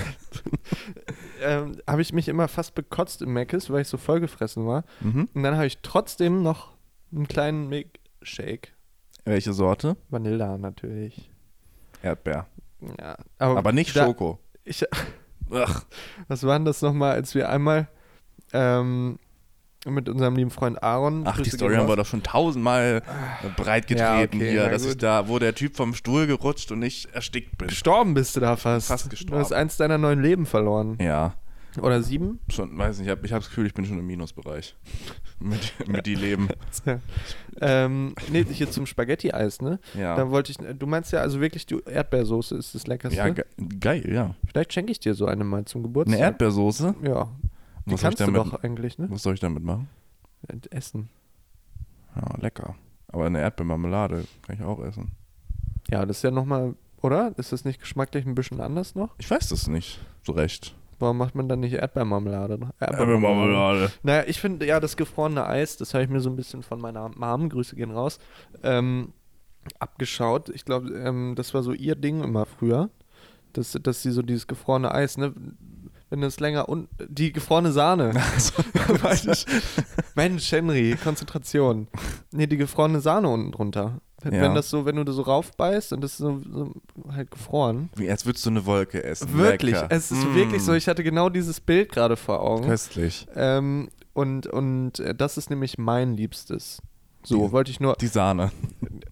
Speaker 4: ähm, habe ich mich immer fast bekotzt im Meckes, weil ich so vollgefressen war.
Speaker 2: Mhm.
Speaker 4: Und dann habe ich trotzdem noch einen kleinen Milkshake.
Speaker 2: Welche Sorte?
Speaker 4: Vanilla natürlich.
Speaker 2: Erdbeer.
Speaker 4: Ja,
Speaker 2: Aber nicht
Speaker 4: da-
Speaker 2: Schoko.
Speaker 4: Ich, *laughs*
Speaker 2: Ach,
Speaker 4: was waren das nochmal, als wir einmal ähm, mit unserem lieben Freund Aaron.
Speaker 2: Ach die
Speaker 4: Grüße
Speaker 2: Story
Speaker 4: gehen
Speaker 2: haben wir
Speaker 4: raus.
Speaker 2: doch schon tausendmal breit
Speaker 4: Ah. Ja,
Speaker 2: getreten
Speaker 4: okay,
Speaker 2: hier,
Speaker 4: na
Speaker 2: dass ich
Speaker 4: gut.
Speaker 2: da, wo der Typ vom Stuhl gerutscht und ich erstickt bin.
Speaker 4: Gestorben bist du da fast.
Speaker 2: Fast gestorben.
Speaker 4: Du hast eins deiner neuen Leben verloren.
Speaker 2: Ja,
Speaker 4: Oder sieben?
Speaker 2: schon, weiß nicht, ich habe ich hab das Gefühl, ich bin schon im Minusbereich. *laughs* mit, mit die Leben.
Speaker 4: Ja. Ähm, nee, hier zum Spaghetti-Eis, ne?
Speaker 2: Ja.
Speaker 4: Da wollte ich, du meinst ja also wirklich, die Erdbeersoße ist das leckerste.
Speaker 2: Ja, ge geil, ja.
Speaker 4: Vielleicht schenke ich dir so eine mal zum Geburtstag.
Speaker 2: Eine Erdbeersoße.
Speaker 4: Ja. Die
Speaker 2: Was soll ich
Speaker 4: kannst du
Speaker 2: damit-
Speaker 4: doch eigentlich, ne?
Speaker 2: Was soll ich damit machen?
Speaker 4: Essen.
Speaker 2: Ja, lecker. Aber eine Erdbeermarmelade kann ich auch essen.
Speaker 4: Ja, das ist ja nochmal, oder? Ist das nicht geschmacklich ein bisschen anders noch?
Speaker 2: Ich weiß das nicht so recht.
Speaker 4: Warum macht man dann nicht Erdbeermarmelade? dra-
Speaker 2: Erdbeermarmelade.
Speaker 4: Naja, ich finde ja das gefrorene Eis, das habe ich mir so ein bisschen von meiner Mom, Grüße gehen raus, ähm, abgeschaut. Ich glaube, ähm, das war so ihr Ding immer früher, dass, dass sie so dieses gefrorene Eis, ne, wenn das länger und die
Speaker 2: *laughs*
Speaker 4: gefrorene Sahne.
Speaker 2: Also,
Speaker 4: Weiß ich. Mensch, Henry, Konzentration. Nee, die gefrorene Sahne unten drunter. Wenn
Speaker 2: Ja.
Speaker 4: das so, wenn du da so raufbeißt und das ist so, so halt gefroren.
Speaker 2: Wie als würdest du eine Wolke essen.
Speaker 4: Wirklich,
Speaker 2: Lecker.
Speaker 4: es ist
Speaker 2: Mm,
Speaker 4: wirklich so. Ich hatte genau dieses Bild gerade vor Augen.
Speaker 2: Köstlich.
Speaker 4: Ähm, und, und äh, das ist nämlich mein Liebstes. So,
Speaker 2: Die-
Speaker 4: wollte ich nur. *laughs*
Speaker 2: Die Sahne.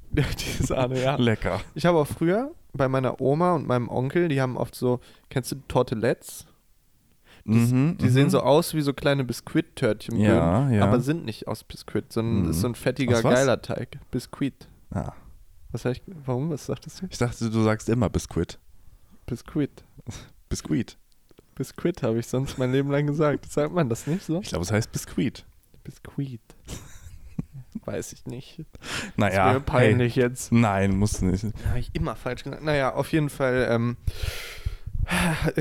Speaker 4: Die, Sahne, ja.
Speaker 2: Lecker.
Speaker 4: Ich habe auch früher bei meiner Oma und meinem Onkel, die haben oft so, kennst du Tortelettes? Das,
Speaker 2: Mhm,
Speaker 4: die sehen so aus wie so kleine Biskuittörtchen,
Speaker 2: Ja, ja.
Speaker 4: aber sind nicht aus Biskuit, sondern
Speaker 2: Mhm.
Speaker 4: ist so ein fettiger,
Speaker 2: Aus was?
Speaker 4: geiler Teig. Biskuit.
Speaker 2: Ah.
Speaker 4: Was sag ich, warum? Was sagtest du?
Speaker 2: Ich dachte, du sagst immer Biskuit.
Speaker 4: Biskuit.
Speaker 2: Biskuit.
Speaker 4: Biskuit habe ich sonst mein Leben lang gesagt. Sagt man das nicht so?
Speaker 2: Ich glaube, es heißt Biskuit. *laughs*
Speaker 4: Biskuit. Weiß ich nicht.
Speaker 2: Naja.
Speaker 4: Ist mir peinlich jetzt.
Speaker 2: Hey, nein, musst du nicht.
Speaker 4: Habe ich immer falsch gesagt. Naja, auf jeden Fall ähm,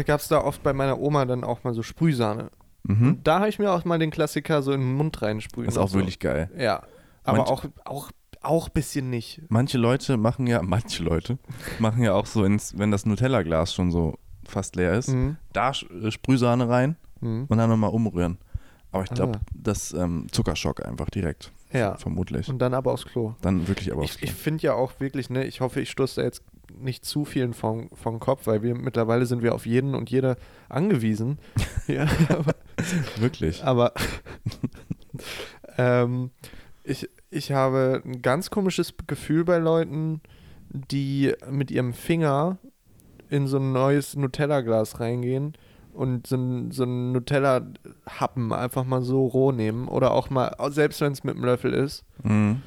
Speaker 4: gab es da oft bei meiner Oma dann auch mal so Sprühsahne.
Speaker 2: Mhm.
Speaker 4: Und da habe ich mir auch mal den Klassiker so in den Mund reinsprühen.
Speaker 2: Ist auch
Speaker 4: so.
Speaker 2: wirklich geil.
Speaker 4: Ja. Aber
Speaker 2: Manch-
Speaker 4: auch, auch, auch ein bisschen nicht.
Speaker 2: Manche Leute machen ja, *laughs* manche Leute machen ja auch so, ins, wenn das Nutella-Glas schon so fast leer ist,
Speaker 4: Mhm.
Speaker 2: da Sch- äh, Sprühsahne rein
Speaker 4: Mhm.
Speaker 2: und dann nochmal umrühren. Aber ich glaube,
Speaker 4: Ah.
Speaker 2: das ähm, Zuckerschock einfach direkt.
Speaker 4: Ja.
Speaker 2: Vermutlich.
Speaker 4: Und dann aber aufs Klo.
Speaker 2: Dann wirklich aber aufs
Speaker 4: Ich,
Speaker 2: Klo.
Speaker 4: ich finde ja auch wirklich, ne, ich hoffe, ich stoße da jetzt nicht zu vielen vom, vom Kopf, weil wir mittlerweile sind wir auf jeden und jeder
Speaker 2: *laughs*
Speaker 4: angewiesen. ja, aber
Speaker 2: Wirklich.
Speaker 4: aber *laughs* ähm, ich, ich habe ein ganz komisches Gefühl bei Leuten, die mit ihrem Finger in so ein neues Nutella-Glas reingehen und so ein, so ein Nutella-Happen einfach mal so roh nehmen oder auch mal, selbst wenn es mit einem Löffel ist,
Speaker 2: Mhm.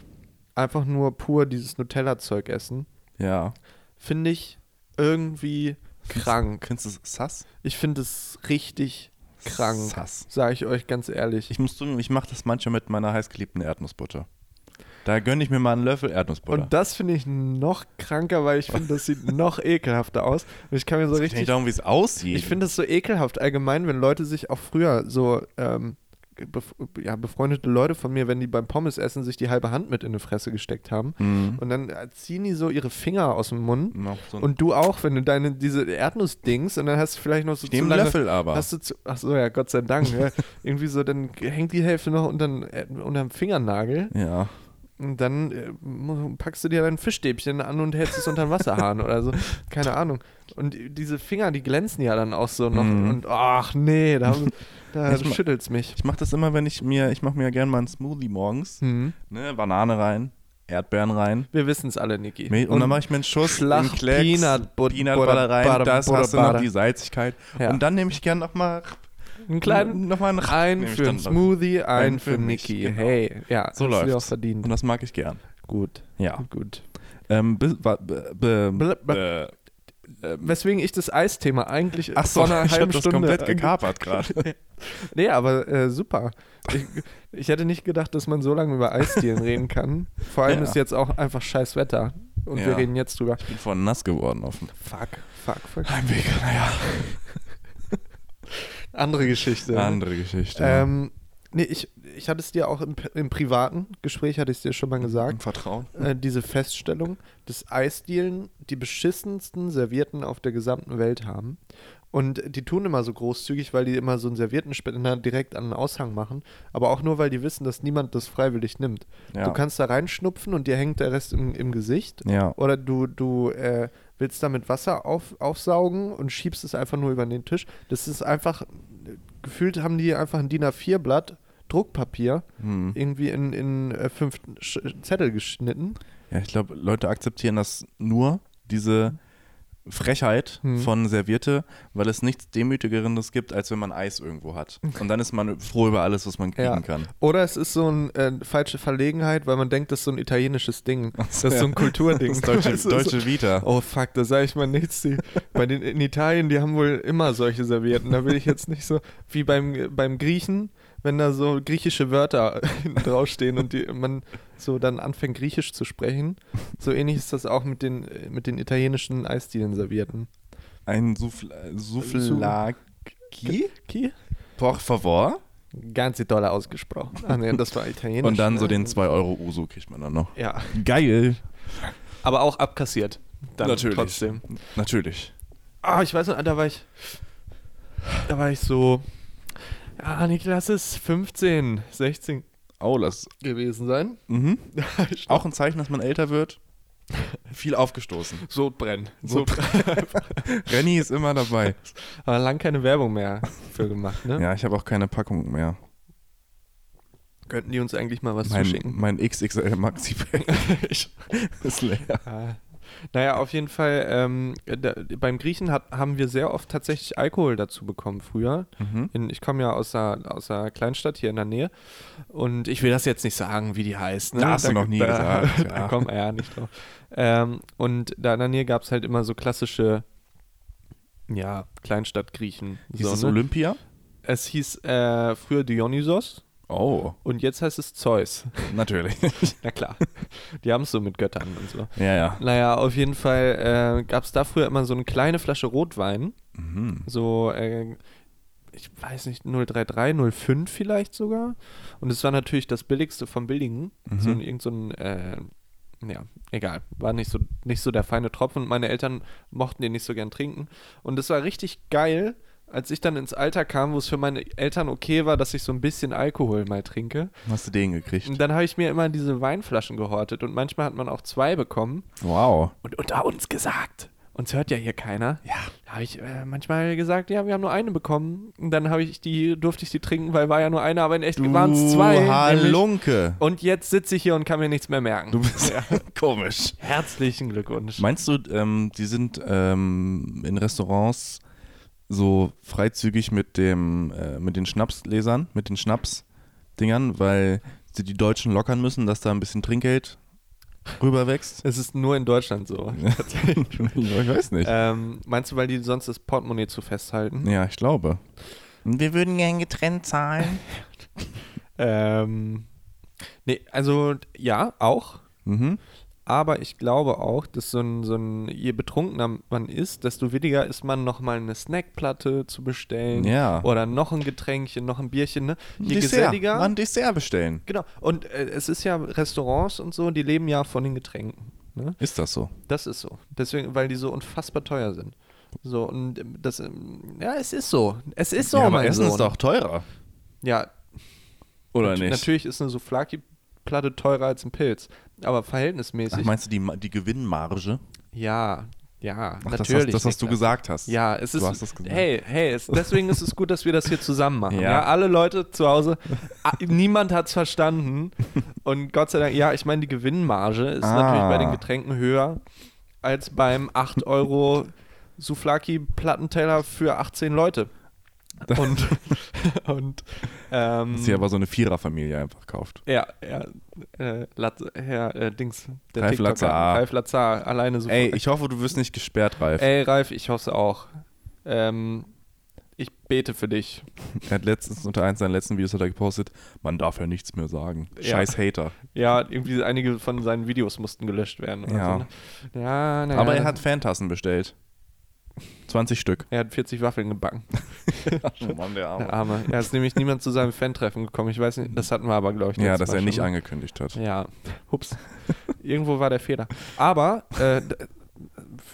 Speaker 4: einfach nur pur dieses Nutella-Zeug essen,
Speaker 2: Ja.
Speaker 4: finde ich irgendwie krank.
Speaker 2: Findest du es sass?
Speaker 4: Ich finde es richtig krank,
Speaker 2: Sass.
Speaker 4: sage ich euch ganz ehrlich.
Speaker 2: Ich muss zugeben, ich mache das manchmal mit meiner heißgeliebten Erdnussbutter. Da gönne ich mir mal einen Löffel Erdnussbutter.
Speaker 4: Und das finde ich noch kranker, weil ich finde, das
Speaker 2: *laughs*
Speaker 4: sieht noch ekelhafter aus. Und ich kann mir so
Speaker 2: Es geht nicht
Speaker 4: richtig.
Speaker 2: darum, wie es aussieht.
Speaker 4: Ich finde das so ekelhaft allgemein, wenn Leute sich auch früher so. Ähm, bef ja, befreundete Leute von mir, wenn die beim Pommes essen, sich die halbe Hand mit in die Fresse gesteckt haben.
Speaker 2: Mhm.
Speaker 4: Und dann äh, ziehen die so ihre Finger aus dem Mund.
Speaker 2: Noch so ein-
Speaker 4: Und du auch, wenn du deine, diese Erdnussdings und dann hast du vielleicht noch so
Speaker 2: Ich nehm
Speaker 4: zu
Speaker 2: einen
Speaker 4: lange,
Speaker 2: Löffel aber.
Speaker 4: Hast du zu, ach so, ja, Gott sei Dank.
Speaker 2: *laughs*
Speaker 4: ja. Irgendwie so, dann hängt die Hälfte noch unterm, äh, unterm Fingernagel.
Speaker 2: ja.
Speaker 4: Und dann äh, mu- packst du dir dein Fischstäbchen an und hältst es unter den Wasserhahn oder so. Keine Ahnung. Und diese Finger, die glänzen ja dann auch so noch.
Speaker 2: Mhm.
Speaker 4: Und ach
Speaker 2: *laughs*
Speaker 4: nee, da, da
Speaker 2: Ich ma-
Speaker 4: schüttelt's mich.
Speaker 2: Ich mache das immer, wenn ich mir, ich mache mir ja gerne mal einen Smoothie morgens.
Speaker 4: Mhm.
Speaker 2: Ne, Banane rein, Erdbeeren rein.
Speaker 4: Wir wissen's alle, Niki.
Speaker 2: Milch- Und, dann mache ich mir einen *laughs* Schuss
Speaker 4: Schlag
Speaker 2: einen Klecks,
Speaker 4: Peanut Butter-
Speaker 2: Butter rein,
Speaker 4: Butter-
Speaker 2: das
Speaker 4: Butter-
Speaker 2: hast du noch
Speaker 4: Butter.
Speaker 2: die Salzigkeit.
Speaker 4: Ja.
Speaker 2: Und dann nehme ich gerne nochmal
Speaker 4: einen kleinen
Speaker 2: nochmal einen
Speaker 4: ein
Speaker 2: nehm ich
Speaker 4: für
Speaker 2: dann
Speaker 4: einen
Speaker 2: noch.
Speaker 4: Smoothie, ein,
Speaker 2: Ein
Speaker 4: für,
Speaker 2: für mich,
Speaker 4: Niki.
Speaker 2: genau.
Speaker 4: Hey, ja,
Speaker 2: So
Speaker 4: hast du dir auch
Speaker 2: läuft's. Und
Speaker 4: verdient.
Speaker 2: das mag ich gern.
Speaker 4: Gut,
Speaker 2: Ja.
Speaker 4: gut.
Speaker 2: Ähm, bis- wa- äh, be- be-
Speaker 4: Bl-
Speaker 2: be-
Speaker 4: Äh, Weswegen ich das Eisthema eigentlich
Speaker 2: Ach so,
Speaker 4: vor
Speaker 2: *laughs*
Speaker 4: einer
Speaker 2: ich habe
Speaker 4: halben
Speaker 2: das
Speaker 4: Stunde
Speaker 2: komplett gekapert *laughs* gerade.
Speaker 4: Nee, aber äh, super. Ich, ich hätte nicht gedacht, dass man so lange über Eisdielen reden kann. Vor allem
Speaker 2: Ja.
Speaker 4: ist jetzt auch einfach scheiß Wetter. Und
Speaker 2: Ja.
Speaker 4: wir reden jetzt drüber.
Speaker 2: Ich bin vorhin nass geworden auf dem
Speaker 4: Fuck, fuck,
Speaker 2: *laughs*
Speaker 4: fuck.
Speaker 2: Heimweg. Naja,
Speaker 4: Andere Geschichte.
Speaker 2: andere Geschichte.
Speaker 4: ähm, nee, ich, ich hatte es dir auch im, im privaten Gespräch, hatte ich es dir schon mal
Speaker 2: Im
Speaker 4: gesagt,
Speaker 2: Vertrauen.
Speaker 4: äh, diese Feststellung, dass Eisdielen die beschissensten Servietten auf der gesamten Welt haben. Und die tun immer so großzügig, weil die immer so einen Serviettenspender direkt an den Aushang machen. Aber auch nur, weil die wissen, dass niemand das freiwillig nimmt.
Speaker 2: Ja.
Speaker 4: Du kannst da reinschnupfen und dir hängt der Rest im, im Gesicht.
Speaker 2: Ja.
Speaker 4: Oder du, du äh, willst damit Wasser auf, aufsaugen und schiebst es einfach nur über den Tisch. Das ist einfach, gefühlt haben die einfach ein DIN A4-Blatt Druckpapier
Speaker 2: Hm.
Speaker 4: irgendwie in, in äh, fünf Sch Zettel geschnitten.
Speaker 2: Ja, ich glaube, Leute akzeptieren das nur, diese Frechheit
Speaker 4: Hm.
Speaker 2: von Servierte, weil es nichts Demütigerendes gibt, als wenn man Eis irgendwo hat. Und dann ist man froh über alles, was man kriegen
Speaker 4: Ja.
Speaker 2: kann.
Speaker 4: Oder es ist so eine äh, falsche Verlegenheit, weil man denkt, das ist so ein italienisches Ding. Das ist so ein Kulturding.
Speaker 2: Das
Speaker 4: *laughs*
Speaker 2: deutsche,
Speaker 4: Weißt du, so-
Speaker 2: deutsche Vita.
Speaker 4: Oh fuck, da sage ich mal nichts. Die, bei den in Italien, die haben wohl immer solche Servietten. Da will ich jetzt nicht so wie beim, beim Griechen, wenn da so griechische Wörter *laughs* hinten draufstehen und die, man so dann anfängt Griechisch zu sprechen. So ähnlich ist das auch mit den äh, mit den italienischen Eisdielen-Servietten.
Speaker 2: Ein Souffl Souflaki?
Speaker 4: Ki?
Speaker 2: Por favor.
Speaker 4: Ganz doll ausgesprochen. Ah nee, das war italienisch.
Speaker 2: Und dann
Speaker 4: ne?
Speaker 2: so den 2-Euro-Uso kriegt man dann noch.
Speaker 4: Ja,
Speaker 2: Geil.
Speaker 4: aber auch abkassiert. Dann
Speaker 2: Natürlich.
Speaker 4: Trotzdem.
Speaker 2: Natürlich.
Speaker 4: Ah, ich weiß noch, da war ich. Da war ich so. Ah, Niklas ist 15, 16
Speaker 2: Oh, das.
Speaker 4: gewesen *laughs* sein.
Speaker 2: Mhm. Auch ein Zeichen, dass man älter wird. *laughs* Viel aufgestoßen.
Speaker 4: Sodbrennen.
Speaker 2: So- *laughs* Renny ist immer *laughs* dabei.
Speaker 4: Aber lang keine Werbung mehr für gemacht, ne?
Speaker 2: Ja, ich habe auch keine Packung mehr.
Speaker 4: Könnten die uns eigentlich mal was
Speaker 2: Mein,
Speaker 4: zuschicken?
Speaker 2: mein XXL Maxi *laughs* ist leer.
Speaker 4: Ah. Naja, auf jeden Fall, ähm, da, beim Griechen hat, haben wir sehr oft tatsächlich Alkohol dazu bekommen früher.
Speaker 2: Mhm.
Speaker 4: In, ich komme ja aus der, aus der Kleinstadt hier in der Nähe und ich will das jetzt nicht sagen, wie die heißt. Ne?
Speaker 2: Da hast du noch nie
Speaker 4: da, *laughs*
Speaker 2: gesagt, ja.
Speaker 4: Da kommt er ja nicht drauf. Ähm, und da in der Nähe gab es halt immer so klassische Ja, Kleinstadtgriechen.
Speaker 2: Hieß es
Speaker 4: ne?
Speaker 2: Olympia?
Speaker 4: Es hieß äh, früher Dionysos
Speaker 2: Oh,
Speaker 4: und jetzt heißt es Zeus. *laughs*
Speaker 2: *laughs* natürlich.
Speaker 4: Na klar. Die haben es so mit Göttern und so.
Speaker 2: ja, ja.
Speaker 4: Naja, auf jeden Fall äh, gab es da früher immer so eine kleine Flasche Rotwein.
Speaker 2: Mhm.
Speaker 4: So, äh, ich weiß nicht, 033, 05 vielleicht sogar. Und es war natürlich das billigste vom Billigen. So ein, irgend so ein, äh, ja, egal. War nicht so, nicht so der feine Tropfen. Und meine Eltern mochten den nicht so gern trinken. Und es war richtig geil, als ich dann ins Alter kam, wo es für meine Eltern okay war, dass ich so ein bisschen Alkohol mal trinke.
Speaker 2: Hast du den gekriegt?
Speaker 4: Und dann habe ich mir immer diese Weinflaschen gehortet. Und manchmal hat man auch zwei bekommen
Speaker 2: Wow.
Speaker 4: und unter uns gesagt. Uns hört ja hier keiner.
Speaker 2: Ja.
Speaker 4: Da habe ich äh, manchmal gesagt, ja, wir haben nur eine bekommen. Und dann habe ich die, durfte ich die trinken, weil war ja nur eine, aber in echt waren es zwei. nämlich.
Speaker 2: Uh, Halunke.
Speaker 4: Und jetzt sitze ich hier und kann mir nichts mehr merken.
Speaker 2: Du bist *laughs* komisch.
Speaker 4: Herzlichen Glückwunsch.
Speaker 2: Meinst du, ähm, die sind ähm, in Restaurants so freizügig mit dem, äh, mit den Schnapslesern, mit den Schnapsdingern, weil sie die Deutschen lockern müssen, dass da ein bisschen Trinkgeld rüberwächst? *laughs*
Speaker 4: es ist nur in Deutschland so.
Speaker 2: ich weiß nicht.
Speaker 4: ähm, meinst du, weil die sonst das Portemonnaie zu festhalten?
Speaker 2: Ja, ich glaube. Wir würden gern getrennt zahlen.
Speaker 4: Ähm, nee, also ja, auch.
Speaker 2: Mhm.
Speaker 4: Aber ich glaube auch, dass so ein, so ein, je betrunkener man ist, desto williger ist man, nochmal eine Snackplatte zu bestellen.
Speaker 2: Ja.
Speaker 4: Oder noch ein Getränkchen, noch ein Bierchen. Ne?
Speaker 2: Ein
Speaker 4: Je
Speaker 2: Dessert.
Speaker 4: geselliger.
Speaker 2: Mal ein Dessert bestellen.
Speaker 4: genau. Und äh, es ist ja Restaurants und so, die leben ja von den Getränken. Ne?
Speaker 2: Ist das so?
Speaker 4: Das ist so. Deswegen, weil die so unfassbar teuer sind. So, und ähm, das, ähm, ja, es ist so. Es ist so,
Speaker 2: ja, aber
Speaker 4: mein
Speaker 2: Essen
Speaker 4: Sohn.
Speaker 2: ist doch teurer.
Speaker 4: Ja,
Speaker 2: Oder
Speaker 4: nat-
Speaker 2: nicht?
Speaker 4: natürlich ist eine Souflaki-Platte teurer als ein Pilz. Aber verhältnismäßig.
Speaker 2: Ach, meinst du die, Ma- die Gewinnmarge?
Speaker 4: ja, ja,
Speaker 2: Ach,
Speaker 4: natürlich.
Speaker 2: Das, hast, das, was du
Speaker 4: Niklas.
Speaker 2: gesagt hast.
Speaker 4: Ja, es
Speaker 2: Du
Speaker 4: ist.
Speaker 2: hast das gesagt.
Speaker 4: hey, hey, es, deswegen ist es gut, dass wir das hier zusammen machen.
Speaker 2: Ja.
Speaker 4: Ja, alle Leute zu Hause, a- niemand hat es verstanden. Und Gott sei Dank, ja, ich meine, die Gewinnmarge ist
Speaker 2: Ah.
Speaker 4: natürlich bei den Getränken höher als beim 8 Euro Souflaki-Plattenteller für 18 Leute. Und, *laughs* und ähm,
Speaker 2: Dass sie aber so eine Viererfamilie einfach kauft.
Speaker 4: ja, ja, äh, Latz, Herr äh, Dings, der
Speaker 2: Ralf
Speaker 4: TikToker,
Speaker 2: Lazar.
Speaker 4: Ralf Lazar, alleine so.
Speaker 2: Ey, ich hoffe, du wirst nicht gesperrt, Ralf.
Speaker 4: Ey, Ralf, ich hoffe auch. Ähm, ich bete für dich.
Speaker 2: Er hat letztens unter eins seiner letzten Videos hat er gepostet, man darf ja nichts mehr sagen.
Speaker 4: Ja.
Speaker 2: Scheiß Hater.
Speaker 4: Ja, irgendwie einige von seinen Videos mussten gelöscht werden. Oder
Speaker 2: Ja.
Speaker 4: So, ne? ja naja.
Speaker 2: Aber er hat Fantassen bestellt. 20
Speaker 4: *laughs*
Speaker 2: Stück.
Speaker 4: Er hat 40
Speaker 2: *laughs*
Speaker 4: Waffeln gebacken.
Speaker 2: Oh Mann, der
Speaker 4: Der Arme. Er ist nämlich niemand zu seinem Fan-Treffen gekommen. Ich weiß nicht, das hatten wir aber, glaube ich.
Speaker 2: Ja,
Speaker 4: letztes
Speaker 2: dass
Speaker 4: Mal
Speaker 2: er nicht
Speaker 4: schon.
Speaker 2: angekündigt hat.
Speaker 4: Ja, hups. Irgendwo war der Fehler. Aber, äh, d-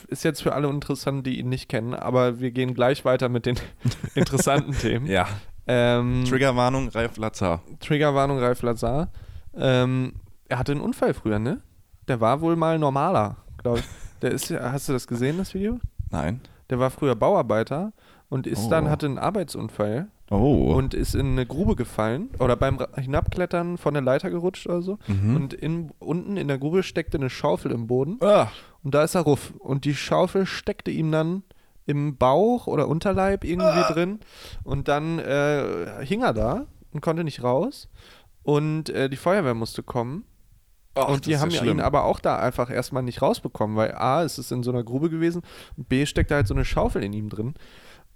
Speaker 4: ist jetzt für alle interessant, die ihn nicht kennen, aber wir gehen gleich weiter mit den *laughs* interessanten Themen.
Speaker 2: *laughs* Ja.
Speaker 4: Ähm,
Speaker 2: Triggerwarnung, Ralf Lazar.
Speaker 4: Triggerwarnung Ralf Lazar. Ähm, er hatte einen Unfall früher, ne? Der war wohl mal normaler, glaube ich. Der ist, ja- hast du das gesehen, das Video?
Speaker 2: Nein.
Speaker 4: Der war früher Bauarbeiter und ist
Speaker 2: Oh.
Speaker 4: dann, hatte einen Arbeitsunfall
Speaker 2: Oh.
Speaker 4: und ist in eine Grube gefallen oder beim Ra- Hinabklettern von der Leiter gerutscht oder so. Und in, unten in der Grube steckte eine Schaufel im Boden
Speaker 2: ah.
Speaker 4: und da ist er ruff. Und die Schaufel steckte ihm dann im Bauch oder Unterleib irgendwie
Speaker 2: Ah.
Speaker 4: drin. Und dann äh, hing er da und konnte nicht raus. Und äh, die Feuerwehr musste kommen. und die haben ja ihn aber auch da einfach erstmal nicht rausbekommen, weil A, ist es ist in so einer Grube gewesen, und B, steckt da halt so eine Schaufel in ihm drin.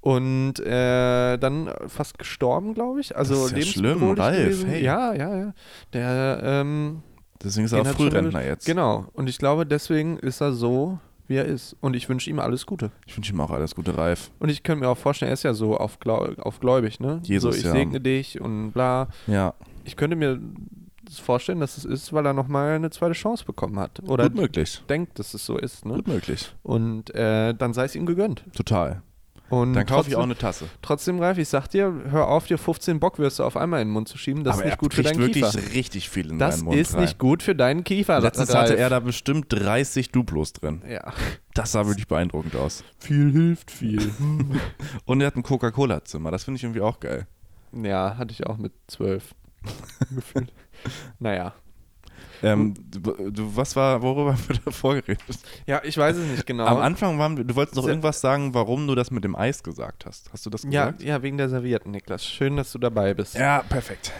Speaker 4: Und äh, dann fast gestorben, glaube ich. Also
Speaker 2: Das ist ja
Speaker 4: lebensbedrohlich
Speaker 2: schlimm, Ralf,
Speaker 4: gewesen.
Speaker 2: hey.
Speaker 4: Ja, ja, ja. Der ähm,
Speaker 2: Deswegen ist er
Speaker 4: den
Speaker 2: auch
Speaker 4: hat's schon
Speaker 2: Frührentner
Speaker 4: erwischt.
Speaker 2: jetzt.
Speaker 4: Genau. Und ich glaube, deswegen ist er so, wie er ist. Und ich wünsche ihm alles Gute.
Speaker 2: Ich wünsche ihm auch alles Gute, Ralf.
Speaker 4: Und ich könnte mir auch vorstellen, er ist ja so aufglau- aufgläubig, ne?
Speaker 2: Jesus,
Speaker 4: so, ich
Speaker 2: ja.
Speaker 4: segne dich und bla.
Speaker 2: Ja.
Speaker 4: Ich könnte mir das vorstellen, dass es ist, weil er nochmal eine zweite Chance bekommen hat. Oder
Speaker 2: Gut möglich.
Speaker 4: denkt, dass es so ist, ne?
Speaker 2: Gut möglich.
Speaker 4: Und äh, dann sei es ihm gegönnt.
Speaker 2: Total.
Speaker 4: Und
Speaker 2: Dann kaufe ich auch
Speaker 4: trotzdem-
Speaker 2: eine Tasse.
Speaker 4: Trotzdem, Ralf, ich sag dir, hör auf, dir 15 Bockwürste auf einmal in den Mund zu schieben. Das
Speaker 2: aber
Speaker 4: ist
Speaker 2: er
Speaker 4: nicht gut für
Speaker 2: kriegt
Speaker 4: deinen
Speaker 2: wirklich
Speaker 4: Kiefer.
Speaker 2: richtig viel in
Speaker 4: Das
Speaker 2: seinen Mund
Speaker 4: ist
Speaker 2: rein.
Speaker 4: nicht gut für deinen Kiefer.
Speaker 2: Letztens
Speaker 4: Ralf.
Speaker 2: hatte er da bestimmt 30 Duplos drin.
Speaker 4: Ja.
Speaker 2: Das sah wirklich beeindruckend aus.
Speaker 4: Viel hilft viel.
Speaker 2: *laughs* Und er hat ein Coca-Cola-Zimmer. Das finde ich irgendwie auch geil.
Speaker 4: Ja, hatte ich auch mit *laughs* zwölf. Gefühlt. Naja.
Speaker 2: Ähm, du, du- was war, worüber haben wir *laughs* davor geredet?
Speaker 4: Ja, ich weiß es nicht genau.
Speaker 2: Am Anfang waren wir, du wolltest noch
Speaker 4: Se-
Speaker 2: irgendwas sagen, warum du das mit dem Eis gesagt hast. Hast du das
Speaker 4: ja,
Speaker 2: gesagt?
Speaker 4: ja, wegen der Servietten, Niklas. Schön, dass du dabei bist.
Speaker 2: Ja, perfekt.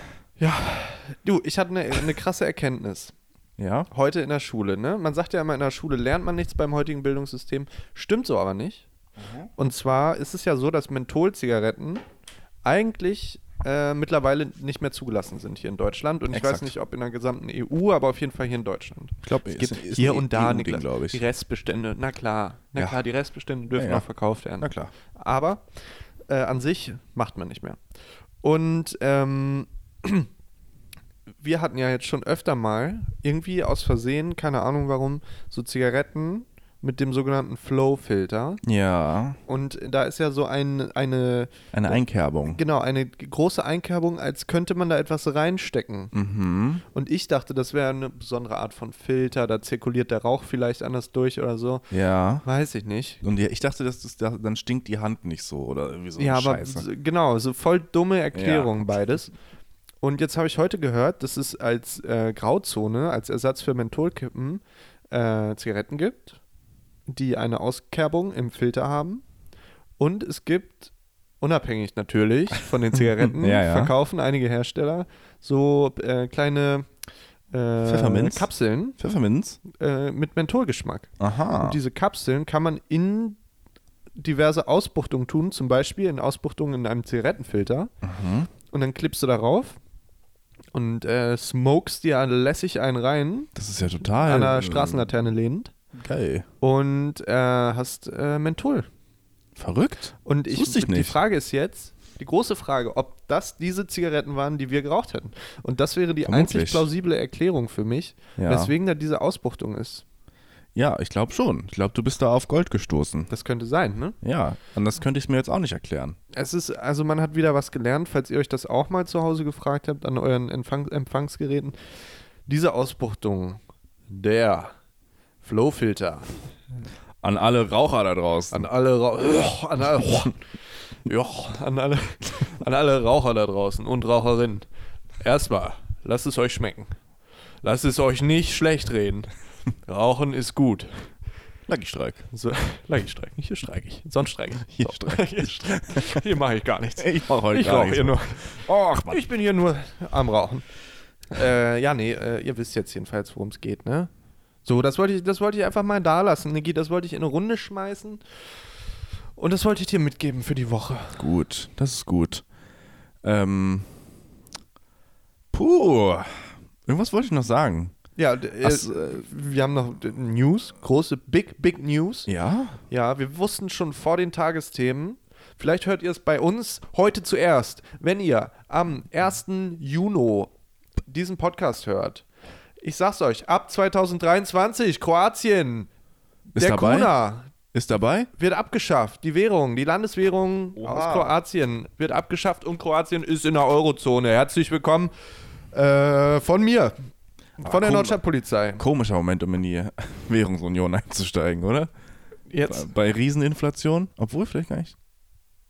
Speaker 4: Du, ich hatte eine, eine krasse Erkenntnis.
Speaker 2: Ja?
Speaker 4: Heute in der Schule, ne? Man sagt ja immer, in der Schule lernt man nichts beim heutigen Bildungssystem. Stimmt so aber nicht.
Speaker 2: Mhm.
Speaker 4: Und zwar ist es ja so, dass Mentholzigaretten eigentlich äh, mittlerweile nicht mehr zugelassen sind hier in Deutschland. Und ich
Speaker 2: Exakt.
Speaker 4: weiß nicht, ob in der gesamten EU, aber auf jeden Fall hier in Deutschland. Ich
Speaker 2: glaub,
Speaker 4: es
Speaker 2: ist-
Speaker 4: gibt
Speaker 2: ist
Speaker 4: hier
Speaker 2: ein
Speaker 4: und da
Speaker 2: EU-Ding,
Speaker 4: Niklas,
Speaker 2: glaub ich.
Speaker 4: die Restbestände. Na klar, na
Speaker 2: Ja.
Speaker 4: klar, die Restbestände dürfen
Speaker 2: Ja, ja.
Speaker 4: auch verkauft werden.
Speaker 2: Na klar.
Speaker 4: Aber äh, an sich macht man nicht mehr. Und ähm, *clears throat* wir hatten ja jetzt schon öfter mal irgendwie aus Versehen, keine Ahnung warum, so Zigaretten mit dem sogenannten Flow-Filter.
Speaker 2: Ja,
Speaker 4: Und da ist ja so ein, eine,
Speaker 2: eine Einkerbung.
Speaker 4: genau, eine große Einkerbung, als könnte man da etwas reinstecken.
Speaker 2: Mhm.
Speaker 4: Und ich dachte, das wäre eine besondere Art von Filter, da zirkuliert der Rauch vielleicht anders durch oder so.
Speaker 2: Ja.
Speaker 4: Weiß ich nicht.
Speaker 2: Und ja, ich dachte, das ist, da- dann stinkt die Hand nicht so oder irgendwie so. eine
Speaker 4: ja, aber
Speaker 2: Scheiße.
Speaker 4: so- genau, so voll dumme Erklärung
Speaker 2: Ja.
Speaker 4: beides. Und jetzt habe ich heute gehört, dass es als äh, Grauzone, als Ersatz für Mentholkippen, äh, Zigaretten gibt, die eine Auskerbung im Filter haben. Und es gibt, unabhängig natürlich
Speaker 2: *laughs*
Speaker 4: von den Zigaretten,
Speaker 2: Ja, ja.
Speaker 4: verkaufen einige Hersteller so äh, kleine äh,
Speaker 2: Pfefferminz?
Speaker 4: Kapseln
Speaker 2: Pfefferminz?
Speaker 4: äh, mit Mentholgeschmack.
Speaker 2: Aha.
Speaker 4: Und diese Kapseln kann man in diverse Ausbuchtungen tun, zum Beispiel in Ausbuchtungen in einem Zigarettenfilter.
Speaker 2: Mhm.
Speaker 4: Und dann klippst du darauf und äh, smokest dir lässig einen rein,
Speaker 2: Das ist ja total.
Speaker 4: an
Speaker 2: äh,
Speaker 4: der Straßenlaterne lehnend
Speaker 2: Geil.
Speaker 4: und äh, hast äh, Menthol.
Speaker 2: Verrückt.
Speaker 4: Und
Speaker 2: Das
Speaker 4: ich,
Speaker 2: wusste ich
Speaker 4: die
Speaker 2: nicht.
Speaker 4: Frage ist jetzt, die große Frage, ob das diese Zigaretten waren, die wir geraucht hätten. Und das wäre die
Speaker 2: Vermutlich.
Speaker 4: einzig plausible Erklärung für mich,
Speaker 2: Ja.
Speaker 4: weswegen da diese Ausbuchtung ist.
Speaker 2: Ja, ich glaube schon. Ich glaube, du bist da auf Gold gestoßen.
Speaker 4: Das könnte sein, ne?
Speaker 2: Ja, anders könnte ich es mir jetzt auch nicht erklären.
Speaker 4: Es ist, also man hat wieder was gelernt, falls ihr euch das auch mal zu Hause gefragt habt an euren Empfang Empfangsgeräten. Diese Ausbuchtung der Flowfilter
Speaker 2: An alle Raucher da draußen.
Speaker 4: an alle, Ra oh, *laughs* an, alle oh, joch, an alle an alle Raucher da draußen und Raucherinnen. Erstmal, lasst es euch schmecken. Lasst es euch nicht schlecht reden. Rauchen ist gut.
Speaker 2: Lucky Strike.
Speaker 4: So, *laughs* nein, ich streike nicht, hier streike ich. Sonst streike ich.
Speaker 2: Hier
Speaker 4: So.
Speaker 2: streike
Speaker 4: Hier, streike ich. *laughs* hier mache ich gar nichts.
Speaker 2: Ich rauche heute
Speaker 4: Ich
Speaker 2: gar
Speaker 4: rauche
Speaker 2: nicht
Speaker 4: hier
Speaker 2: so.
Speaker 4: nur.
Speaker 2: Och, Mann.
Speaker 4: Ich bin hier nur am Rauchen. Äh, ja, nee, äh, ihr wisst jetzt jedenfalls, worum es geht, ne? So, das wollte ich, das wollte ich einfach mal da lassen, Niki. Das wollte ich in eine Runde schmeißen. Und das wollte ich dir mitgeben für die Woche.
Speaker 2: Gut, das ist gut. Ähm. Puh. Irgendwas wollte ich noch sagen.
Speaker 4: Ja, d- äh,
Speaker 2: Ach so.
Speaker 4: wir haben noch d- News, große, big, big News.
Speaker 2: Ja?
Speaker 4: Ja, wir wussten schon vor den Tagesthemen. Vielleicht hört ihr es bei uns heute zuerst. Wenn ihr am 1. Juni diesen Podcast hört, ich sag's euch, ab 2023, Kroatien,
Speaker 2: Ist
Speaker 4: der
Speaker 2: dabei?
Speaker 4: Kuna
Speaker 2: Ist dabei?
Speaker 4: wird abgeschafft. Die Währung, die Landeswährung
Speaker 2: Oha.
Speaker 4: aus Kroatien wird abgeschafft und Kroatien ist in der Eurozone. Herzlich willkommen äh, von mir, von der
Speaker 2: komm-
Speaker 4: Nordstadtpolizei.
Speaker 2: Komischer Moment, um in die *laughs* Währungsunion einzusteigen, oder?
Speaker 4: Jetzt.
Speaker 2: Bei Rieseninflation? Obwohl, vielleicht gar nicht.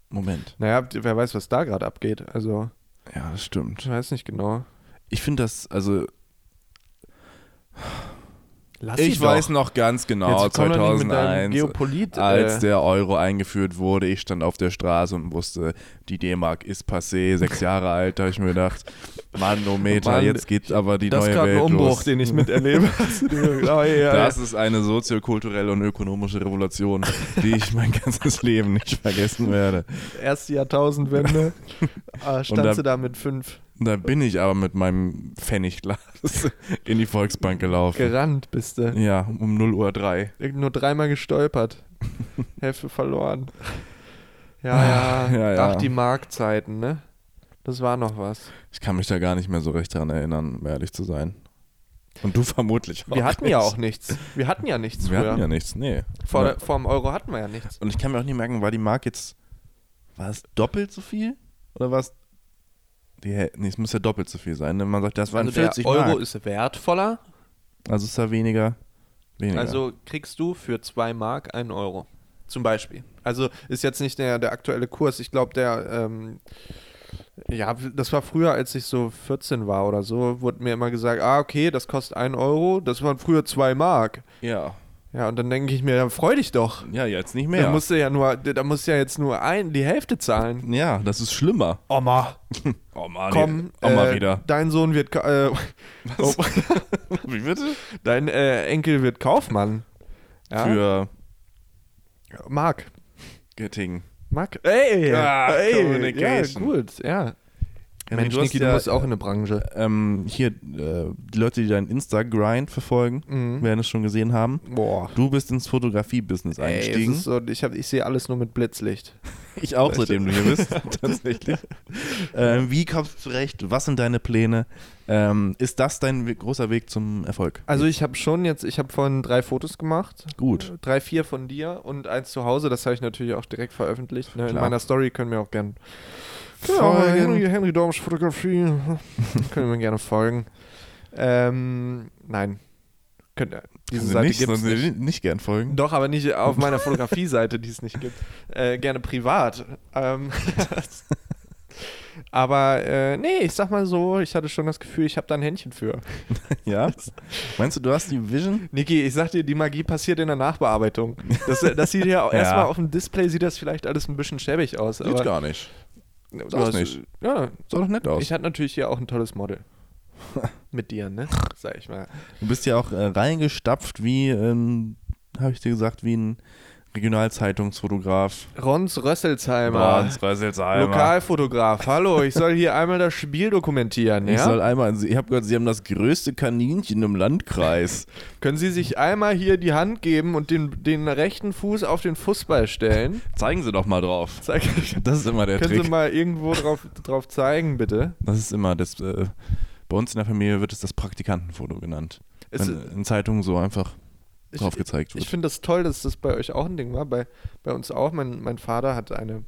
Speaker 2: Moment.
Speaker 4: Naja, wer weiß, was da gerade abgeht. Also,
Speaker 2: Ja, das stimmt.
Speaker 4: ich weiß nicht genau.
Speaker 2: Ich finde das, also
Speaker 4: Lass
Speaker 2: ich
Speaker 4: sie
Speaker 2: weiß
Speaker 4: doch.
Speaker 2: noch ganz genau,
Speaker 4: Jetzt komm doch nicht mit deinem
Speaker 2: 2001,
Speaker 4: Geopolit,
Speaker 2: als
Speaker 4: äh.
Speaker 2: der Euro eingeführt wurde, ich stand auf der Straße und wusste, die D-Mark ist passé, sechs Jahre alt, habe ich mir gedacht, Manometer,
Speaker 4: Mann,
Speaker 2: jetzt geht aber die
Speaker 4: Das ist
Speaker 2: neue
Speaker 4: gerade
Speaker 2: Welt
Speaker 4: ein Umbruch,
Speaker 2: los.
Speaker 4: den ich
Speaker 2: *laughs*
Speaker 4: miterlebe. oh, ja, ja.
Speaker 2: das ist eine soziokulturelle und ökonomische Revolution, die ich mein ganzes Leben nicht vergessen werde. *laughs*
Speaker 4: Erste Jahrtausendwende. Ah,
Speaker 2: Und da-
Speaker 4: standst du da mit fünf
Speaker 2: Und da bin ich aber mit meinem Pfennigglas *laughs* in die Volksbank gelaufen.
Speaker 4: gerannt bist du.
Speaker 2: Ja, um 0.03 Uhr. drei.
Speaker 4: Nur
Speaker 2: *laughs*
Speaker 4: dreimal gestolpert. Hälfte verloren. Ja, ja.
Speaker 2: Ah, Ja, ja.
Speaker 4: Ach, die Marktzeiten, ne? Das war noch was.
Speaker 2: Ich kann mich da gar nicht mehr so recht dran erinnern, um ehrlich zu sein. Und du *laughs* vermutlich auch.
Speaker 4: Wir hatten
Speaker 2: nicht.
Speaker 4: ja auch nichts. Wir hatten ja nichts
Speaker 2: Wir
Speaker 4: früher.
Speaker 2: hatten ja nichts, nee.
Speaker 4: Vor,
Speaker 2: Ja.
Speaker 4: vor dem Euro hatten wir ja nichts.
Speaker 2: Und ich kann mir auch nicht merken, war die Mark jetzt. War es doppel so viel? Oder war es. Die, Häl- nee, es muss ja doppelt so viel sein. Ne? Man sagt, das waren
Speaker 4: Also
Speaker 2: 40
Speaker 4: der Euro
Speaker 2: Mark.
Speaker 4: ist wertvoller.
Speaker 2: also ist da weniger. weniger.
Speaker 4: Also kriegst du für 2 Mark 1 Euro. Zum Beispiel. Also ist jetzt nicht der, der aktuelle Kurs. Ich glaube, der, ähm, ja, das war früher, als ich so 14 war oder so, wurde mir immer gesagt, ah, okay, das kostet 1 Euro, das waren früher 2 Mark.
Speaker 2: Ja.
Speaker 4: Ja, und dann denke ich mir, ja, freu dich doch.
Speaker 2: Ja, jetzt nicht
Speaker 4: Da
Speaker 2: mehr.
Speaker 4: musst du ja nur, da musst du ja jetzt nur ein, die Hälfte zahlen.
Speaker 2: ja, das ist schlimmer.
Speaker 4: Oma,
Speaker 2: *laughs* Oh Mann.
Speaker 4: komm,
Speaker 2: Oh, mal *laughs*
Speaker 4: äh,
Speaker 2: wieder.
Speaker 4: dein Sohn wird, Ka- äh, *laughs* oh,
Speaker 2: *laughs* Wie bitte?
Speaker 4: dein äh, Enkel wird Kaufmann. Ja?
Speaker 2: Für.
Speaker 4: Mark.
Speaker 2: Getting.
Speaker 4: Mark ey,
Speaker 2: Ah,
Speaker 4: ey ja,
Speaker 2: Communication.
Speaker 4: gut, ja.
Speaker 2: Ja,
Speaker 4: Mensch,
Speaker 2: du hast
Speaker 4: Niki, du
Speaker 2: ja,
Speaker 4: musst auch in der Branche.
Speaker 2: Ähm, hier, äh, die Leute, die deinen Insta-Grind verfolgen,
Speaker 4: Mhm.
Speaker 2: werden es schon gesehen haben.
Speaker 4: Boah.
Speaker 2: Du bist ins Fotografie-Business
Speaker 4: Ey, es
Speaker 2: eingestiegen.
Speaker 4: ist so, ich, hab- ich sehe alles nur mit Blitzlicht.
Speaker 2: ich auch, seitdem du hier bist, *laughs* tatsächlich. Ähm, wie kommst du zurecht? Was sind deine Pläne? Ähm, ist das dein we- großer Weg zum Erfolg?
Speaker 4: Also ich habe schon jetzt, ich habe von drei Fotos gemacht.
Speaker 2: Gut.
Speaker 4: Drei, vier von dir und eins zu Hause. Das habe ich natürlich auch direkt veröffentlicht. Ne? In
Speaker 2: Klar.
Speaker 4: meiner Story können wir auch gerne
Speaker 2: Folgen.
Speaker 4: Henry Dormsch Fotografie. *laughs* können wir gerne folgen. Ähm, nein. Könnt, diese
Speaker 2: Also
Speaker 4: Seite
Speaker 2: nicht,
Speaker 4: gibt es
Speaker 2: sondern
Speaker 4: nicht.
Speaker 2: nicht. nicht gern folgen.
Speaker 4: Doch, aber nicht auf meiner Fotografie-Seite, die es nicht gibt. Äh, gerne privat. Ähm, *laughs* aber äh, nee, ich sag mal so, ich hatte schon das Gefühl, ich habe da ein Händchen für.
Speaker 2: *laughs* Ja? Meinst du, du hast die Vision?
Speaker 4: Niki, ich sag dir, die Magie passiert in der Nachbearbeitung. Das, äh, das
Speaker 2: *laughs*
Speaker 4: sieht ja, auch
Speaker 2: Ja.
Speaker 4: erstmal auf dem Display sieht das vielleicht alles ein bisschen schäbig aus.
Speaker 2: Sieht
Speaker 4: aber
Speaker 2: gar nicht.
Speaker 4: du
Speaker 2: sag's
Speaker 4: hast-
Speaker 2: nicht.
Speaker 4: Ja,
Speaker 2: Sah doch nett aus.
Speaker 4: ich hatte natürlich hier auch ein
Speaker 2: *laughs*
Speaker 4: tolles Model. Mit dir, ne? Sag ich mal.
Speaker 2: Du bist ja auch äh, reingestapft wie, ähm, habe ich dir gesagt, wie ein Regionalzeitungsfotograf.
Speaker 4: Rons Rösselsheimer.
Speaker 2: Hans Rösselsheimer.
Speaker 4: Lokalfotograf. Hallo, ich soll hier einmal das Spiel dokumentieren,
Speaker 2: Ich
Speaker 4: ja?
Speaker 2: soll einmal, ich habe gehört, sie haben das größte Kaninchen im Landkreis.
Speaker 4: Können Sie sich einmal hier die Hand geben und den, den rechten Fuß auf den Fußball stellen?
Speaker 2: Zeigen Sie doch mal drauf.
Speaker 4: Zeig ich.
Speaker 2: Das ist immer der
Speaker 4: Können Sie
Speaker 2: Trick.
Speaker 4: mal irgendwo drauf, drauf zeigen, bitte?
Speaker 2: Das ist immer das. Äh, bei uns in der Familie wird es das Praktikantenfoto genannt.
Speaker 4: Es-
Speaker 2: Wenn in Zeitungen so einfach
Speaker 4: Ich-
Speaker 2: drauf gezeigt wird.
Speaker 4: Ich finde das toll, dass das bei euch auch ein Ding war. Bei, bei uns auch. Mein, mein Vater hat eine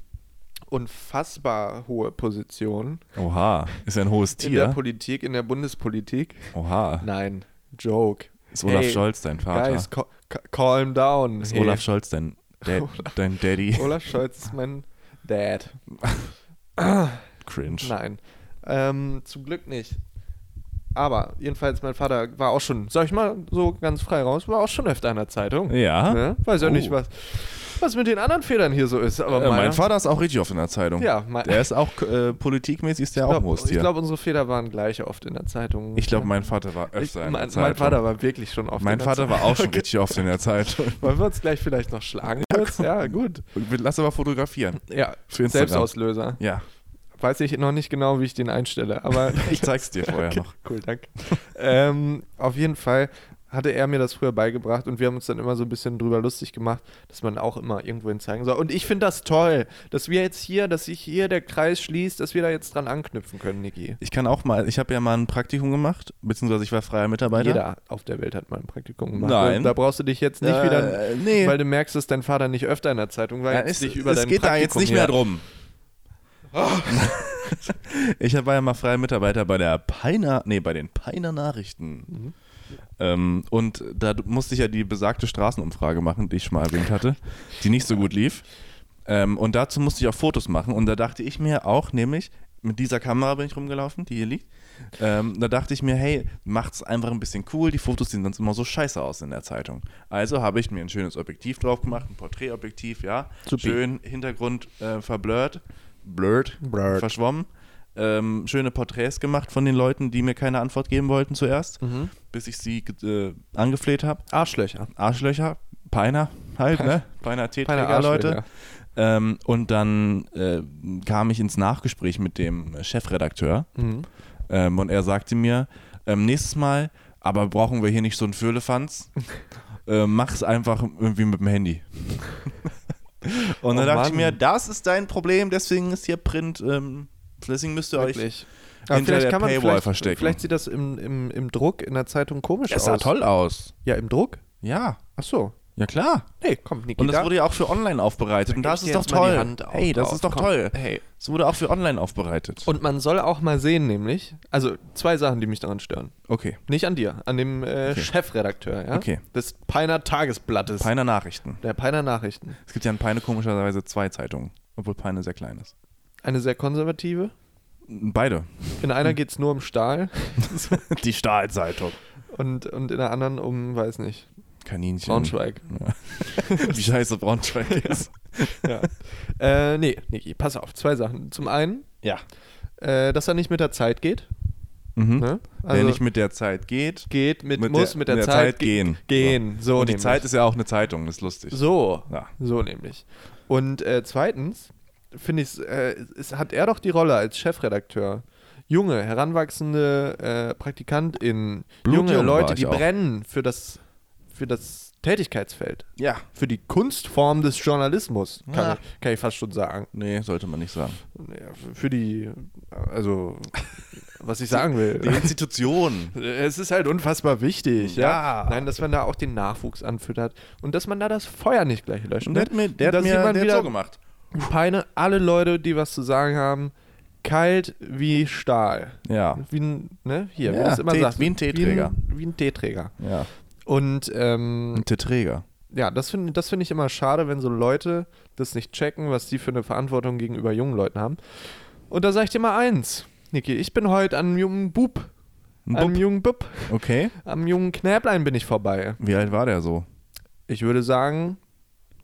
Speaker 4: unfassbar hohe Position
Speaker 2: Oha, ist ja ein hohes
Speaker 4: in der
Speaker 2: Tier.
Speaker 4: Politik, in der Bundespolitik.
Speaker 2: Oha,
Speaker 4: Nein, Joke.
Speaker 2: ist Olaf
Speaker 4: Hey,
Speaker 2: Scholz dein Vater?
Speaker 4: Guys, ca ca- calm down.
Speaker 2: ist
Speaker 4: Hey.
Speaker 2: Olaf Scholz dein,
Speaker 4: *laughs*
Speaker 2: Dad, dein Daddy?
Speaker 4: Olaf Scholz ist mein Dad.
Speaker 2: Cringe.
Speaker 4: Nein. Ähm, zum Glück nicht. Aber jedenfalls, mein Vater war auch schon, sag ich mal so ganz frei raus, war auch schon öfter in der Zeitung.
Speaker 2: Ja.
Speaker 4: Ne? Weiß ja
Speaker 2: Oh.
Speaker 4: nicht, was, was mit den anderen Federn hier so ist. Aber
Speaker 2: Äh, mein
Speaker 4: meiner-
Speaker 2: Vater ist auch richtig oft in der Zeitung.
Speaker 4: Ja, mein-
Speaker 2: der ist auch äh, politikmäßig ist der
Speaker 4: Ich
Speaker 2: auch ein
Speaker 4: glaub-
Speaker 2: hohes
Speaker 4: Ich
Speaker 2: Tier.
Speaker 4: glaube, unsere Feder waren gleich oft in der Zeitung.
Speaker 2: Ich glaube, mein Vater war
Speaker 4: Ich-
Speaker 2: öfter in der
Speaker 4: mein,
Speaker 2: Zeitung.
Speaker 4: mein Vater war wirklich schon oft
Speaker 2: Mein
Speaker 4: in der
Speaker 2: Vater
Speaker 4: Zeitung.
Speaker 2: war auch schon richtig oft in der
Speaker 4: *laughs*
Speaker 2: Zeitung.
Speaker 4: Wollen wir uns gleich vielleicht noch schlagen? kurz? Ja, gut.
Speaker 2: Lass aber fotografieren.
Speaker 4: Ja,
Speaker 2: Für Instagram.
Speaker 4: Selbstauslöser. *laughs*
Speaker 2: Ja,
Speaker 4: Weiß ich noch nicht genau, wie ich den
Speaker 2: *laughs*
Speaker 4: einstelle, aber
Speaker 2: ich zeig's dir vorher
Speaker 4: Okay,
Speaker 2: noch.
Speaker 4: Cool, danke. ähm, auf jeden Fall hatte er mir das früher beigebracht und wir haben uns dann immer so ein bisschen drüber lustig gemacht, dass man auch immer irgendwohin zeigen soll. Und ich finde das toll, dass wir jetzt hier, dass sich hier der Kreis schließt, dass wir da jetzt dran anknüpfen können, Niki.
Speaker 2: Ich kann auch mal, ich habe ja mal ein Praktikum gemacht, beziehungsweise ich war freier Mitarbeiter.
Speaker 4: Jeder auf der Welt hat mal ein Praktikum gemacht.
Speaker 2: Nein.
Speaker 4: Und Da brauchst du dich jetzt nicht
Speaker 2: Äh,
Speaker 4: wieder,
Speaker 2: nee.
Speaker 4: weil du merkst, dass dein Vater nicht öfter in der Zeitung war.
Speaker 2: Ja,
Speaker 4: jetzt
Speaker 2: es
Speaker 4: dich über
Speaker 2: es
Speaker 4: dein
Speaker 2: geht da
Speaker 4: Praktikum
Speaker 2: jetzt nicht mehr
Speaker 4: her.
Speaker 2: drum.
Speaker 4: *laughs*
Speaker 2: ich war ja mal freier Mitarbeiter bei der Peiner, nee, bei den Peiner Nachrichten.
Speaker 4: Mhm.
Speaker 2: Ähm, und da du- musste ich ja die besagte Straßenumfrage machen, die ich schon mal erwähnt hatte, die nicht so gut lief. Ähm, und dazu musste ich auch Fotos machen. Und da dachte ich mir auch, nämlich, mit dieser Kamera bin ich rumgelaufen, die hier liegt. Ähm, da dachte ich mir, hey, macht's einfach ein bisschen cool. Die Fotos sehen sonst immer so scheiße aus in der Zeitung. Also habe ich mir ein schönes Objektiv drauf gemacht, ein Porträtobjektiv, ja.
Speaker 4: Supi.
Speaker 2: Schön Hintergrund äh, verblurrt, blurred,
Speaker 4: Blurred.
Speaker 2: verschwommen. Ähm, schöne Porträts gemacht von den Leuten, die mir keine Antwort geben wollten zuerst, bis ich sie äh, angefleht habe.
Speaker 4: Arschlöcher.
Speaker 2: Arschlöcher, Peiner halt,
Speaker 4: *laughs*
Speaker 2: ne? Peiner Teeträger,
Speaker 4: Peiner
Speaker 2: Leute.
Speaker 4: Arschlöcher.
Speaker 2: Ähm, und dann äh, kam ich ins Nachgespräch mit dem Chefredakteur
Speaker 4: Mhm.
Speaker 2: ähm, und er sagte mir, ähm, nächstes Mal, aber brauchen wir hier nicht so einen
Speaker 4: *laughs*
Speaker 2: Föhlefanz, äh, mach's einfach irgendwie mit dem Handy. und dann
Speaker 4: Oh
Speaker 2: dachte ich
Speaker 4: Mann.
Speaker 2: mir, das ist dein Problem, deswegen ist hier Print, ähm, deswegen müsst ihr euch...
Speaker 4: Wirklich. Aber
Speaker 2: hinter der Paywall
Speaker 4: vielleicht,
Speaker 2: verstecken.
Speaker 4: Vielleicht sieht das im, im, im Druck in der Zeitung komisch
Speaker 2: Es
Speaker 4: aus.
Speaker 2: sah toll aus.
Speaker 4: Ja, im Druck?
Speaker 2: Ja,
Speaker 4: Ach so.
Speaker 2: ja klar.
Speaker 4: Nee, komm, Niki.
Speaker 2: Und das
Speaker 4: da-
Speaker 2: wurde ja auch für online aufbereitet. Und
Speaker 4: geb
Speaker 2: das
Speaker 4: ich
Speaker 2: ist
Speaker 4: dir
Speaker 2: doch
Speaker 4: jetzt mal die
Speaker 2: toll.
Speaker 4: Hand auch
Speaker 2: Hey, das
Speaker 4: drauf.
Speaker 2: ist doch
Speaker 4: Komm,
Speaker 2: toll.
Speaker 4: hey.
Speaker 2: Es wurde auch für online aufbereitet.
Speaker 4: und man soll auch mal sehen, nämlich, also zwei Sachen, die mich daran stören.
Speaker 2: Okay.
Speaker 4: Nicht an dir, an dem äh, Chefredakteur, ja?
Speaker 2: Okay.
Speaker 4: Des Peiner Tagesblattes.
Speaker 2: Peiner Nachrichten.
Speaker 4: der Peiner Nachrichten.
Speaker 2: Es gibt ja in Peine komischerweise zwei Zeitungen, obwohl Peine sehr klein ist.
Speaker 4: Eine sehr konservative. *laughs*
Speaker 2: Beide.
Speaker 4: In
Speaker 2: Hm.
Speaker 4: einer geht es nur um Stahl
Speaker 2: Die Stahlzeitung.
Speaker 4: und, und in der anderen um, weiß nicht,
Speaker 2: Kaninchen.
Speaker 4: Braunschweig.
Speaker 2: Wie scheiße Braunschweig ist. *laughs*
Speaker 4: ja. äh, nee, Niki, pass auf, zwei Sachen. Zum einen,
Speaker 2: Ja.
Speaker 4: äh, dass er nicht mit der Zeit geht. Ne?
Speaker 2: Wer nicht mit Mhm. der Zeit geht,
Speaker 4: geht mit, muss mit der, Zeit, ge-
Speaker 2: gehen.
Speaker 4: gehen.
Speaker 2: Ja.
Speaker 4: So
Speaker 2: Und die
Speaker 4: nämlich.
Speaker 2: Zeit ist ja auch eine Zeitung, das ist lustig.
Speaker 4: So,
Speaker 2: Ja.
Speaker 4: so nämlich. Und äh, zweitens finde ich, äh, es hat er doch die Rolle als Chefredakteur. Junge, heranwachsende äh, PraktikantInnen,
Speaker 2: Blutjung
Speaker 4: junge
Speaker 2: war
Speaker 4: Leute,
Speaker 2: ich
Speaker 4: die
Speaker 2: auch.
Speaker 4: brennen für das, für das Tätigkeitsfeld,
Speaker 2: Ja.
Speaker 4: für die Kunstform des Journalismus, kann,
Speaker 2: Ja.
Speaker 4: ich, kann ich fast schon sagen.
Speaker 2: Nee, sollte man nicht sagen.
Speaker 4: Ja, für die, also, was ich sagen will.
Speaker 2: Die Institution.
Speaker 4: *laughs* Es ist halt unfassbar wichtig, ja.
Speaker 2: Ja.
Speaker 4: Nein, dass man da auch den Nachwuchs anfüttert und dass man da das Feuer nicht gleich löscht.
Speaker 2: Und
Speaker 4: ne?
Speaker 2: der hat mir, der
Speaker 4: Dass
Speaker 2: hat mir
Speaker 4: jemand
Speaker 2: der hat
Speaker 4: wieder
Speaker 2: so gemacht.
Speaker 4: Peine, alle Leute, die was zu sagen haben, kalt wie Stahl.
Speaker 2: Ja.
Speaker 4: Wie ein, ne, hier, wie
Speaker 2: Ja,
Speaker 4: du es immer
Speaker 2: Tee-
Speaker 4: sagst.
Speaker 2: wie ein Teeträger.
Speaker 4: Wie ein, wie ein Teeträger.
Speaker 2: Ja.
Speaker 4: Und ähm,
Speaker 2: Ein Träger.
Speaker 4: ja, das finde das find ich immer schade, wenn so Leute das nicht checken, was die für eine Verantwortung gegenüber jungen Leuten haben. Und da sage ich dir mal eins, Niki, ich bin heute an einem jungen Bub,
Speaker 2: Ein
Speaker 4: an einem
Speaker 2: Bub.
Speaker 4: jungen Bub,
Speaker 2: Okay.
Speaker 4: am jungen Knäblein bin ich vorbei.
Speaker 2: Wie alt war der so?
Speaker 4: Ich würde sagen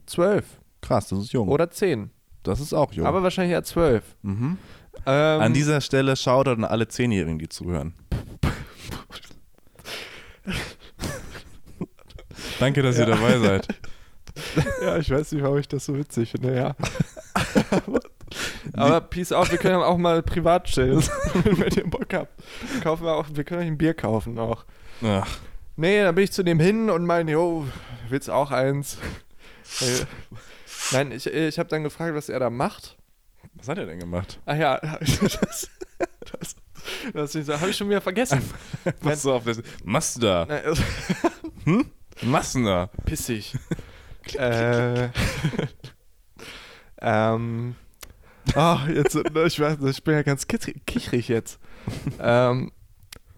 Speaker 4: zwölf
Speaker 2: Krass, das ist jung.
Speaker 4: oder zehn.
Speaker 2: Das ist auch jung.
Speaker 4: Aber wahrscheinlich eher zwölf.
Speaker 2: Mhm.
Speaker 4: Ähm,
Speaker 2: An dieser Stelle schaut an alle Zehnjährigen, die zuhören. Danke, dass ihr dabei seid.
Speaker 4: *laughs* Ja, ich weiß nicht, warum ich das so witzig finde, ja. *laughs* Aber peace out, wir können auch mal privat chillen, *laughs* wenn ihr Bock habt. Kaufen wir, auch, wir können euch ein Bier kaufen auch.
Speaker 2: Ach,
Speaker 4: Nee, dann bin ich zu dem hin und meine, jo, willst auch eins? Äh, Nein, ich, ich habe dann gefragt, was er da macht.
Speaker 2: was hat er denn gemacht?
Speaker 4: Ach ja, *laughs* das, das, das, das habe ich schon wieder vergessen.
Speaker 2: Pass auf, das machst du da?
Speaker 4: Nein, also-
Speaker 2: Was machst du denn da?
Speaker 4: *laughs* Pissig. äh, ähm, ah, jetzt, ich, weiß, nicht, ich bin ja ganz kitz- kichrig jetzt. ähm,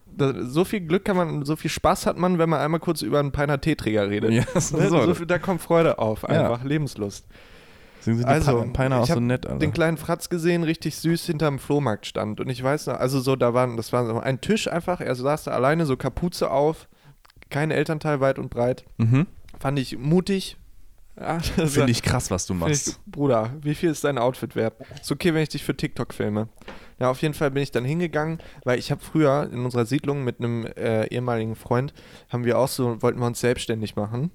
Speaker 4: da, so viel Glück kann man, so viel Spaß hat man, wenn man einmal kurz über einen Peiner Teeträger redet.
Speaker 2: Ja,
Speaker 4: Ne?
Speaker 2: das ist so.
Speaker 4: so viel, da kommt Freude auf, einfach Lebenslust.
Speaker 2: Deswegen sind die
Speaker 4: Also,
Speaker 2: Pe- Peiner auch
Speaker 4: ich hab
Speaker 2: so nett, Alter.
Speaker 4: den kleinen Fratz gesehen, richtig süß hinterm Flohmarkt stand. Und ich weiß noch, also so, da waren, das war so ein Tisch einfach, er saß da alleine, so Kapuze auf, kein Elternteil weit und breit.
Speaker 2: Mhm.
Speaker 4: Fand ich mutig. Ja, *laughs* also,
Speaker 2: Finde ich krass, was du machst.
Speaker 4: Bruder, wie viel ist dein Outfit wert? Ist okay, wenn ich dich für TikTok filme. Ja, auf jeden Fall bin ich dann hingegangen, weil ich habe früher in unserer Siedlung mit einem äh, ehemaligen Freund, haben wir auch so, wollten wir uns selbstständig machen.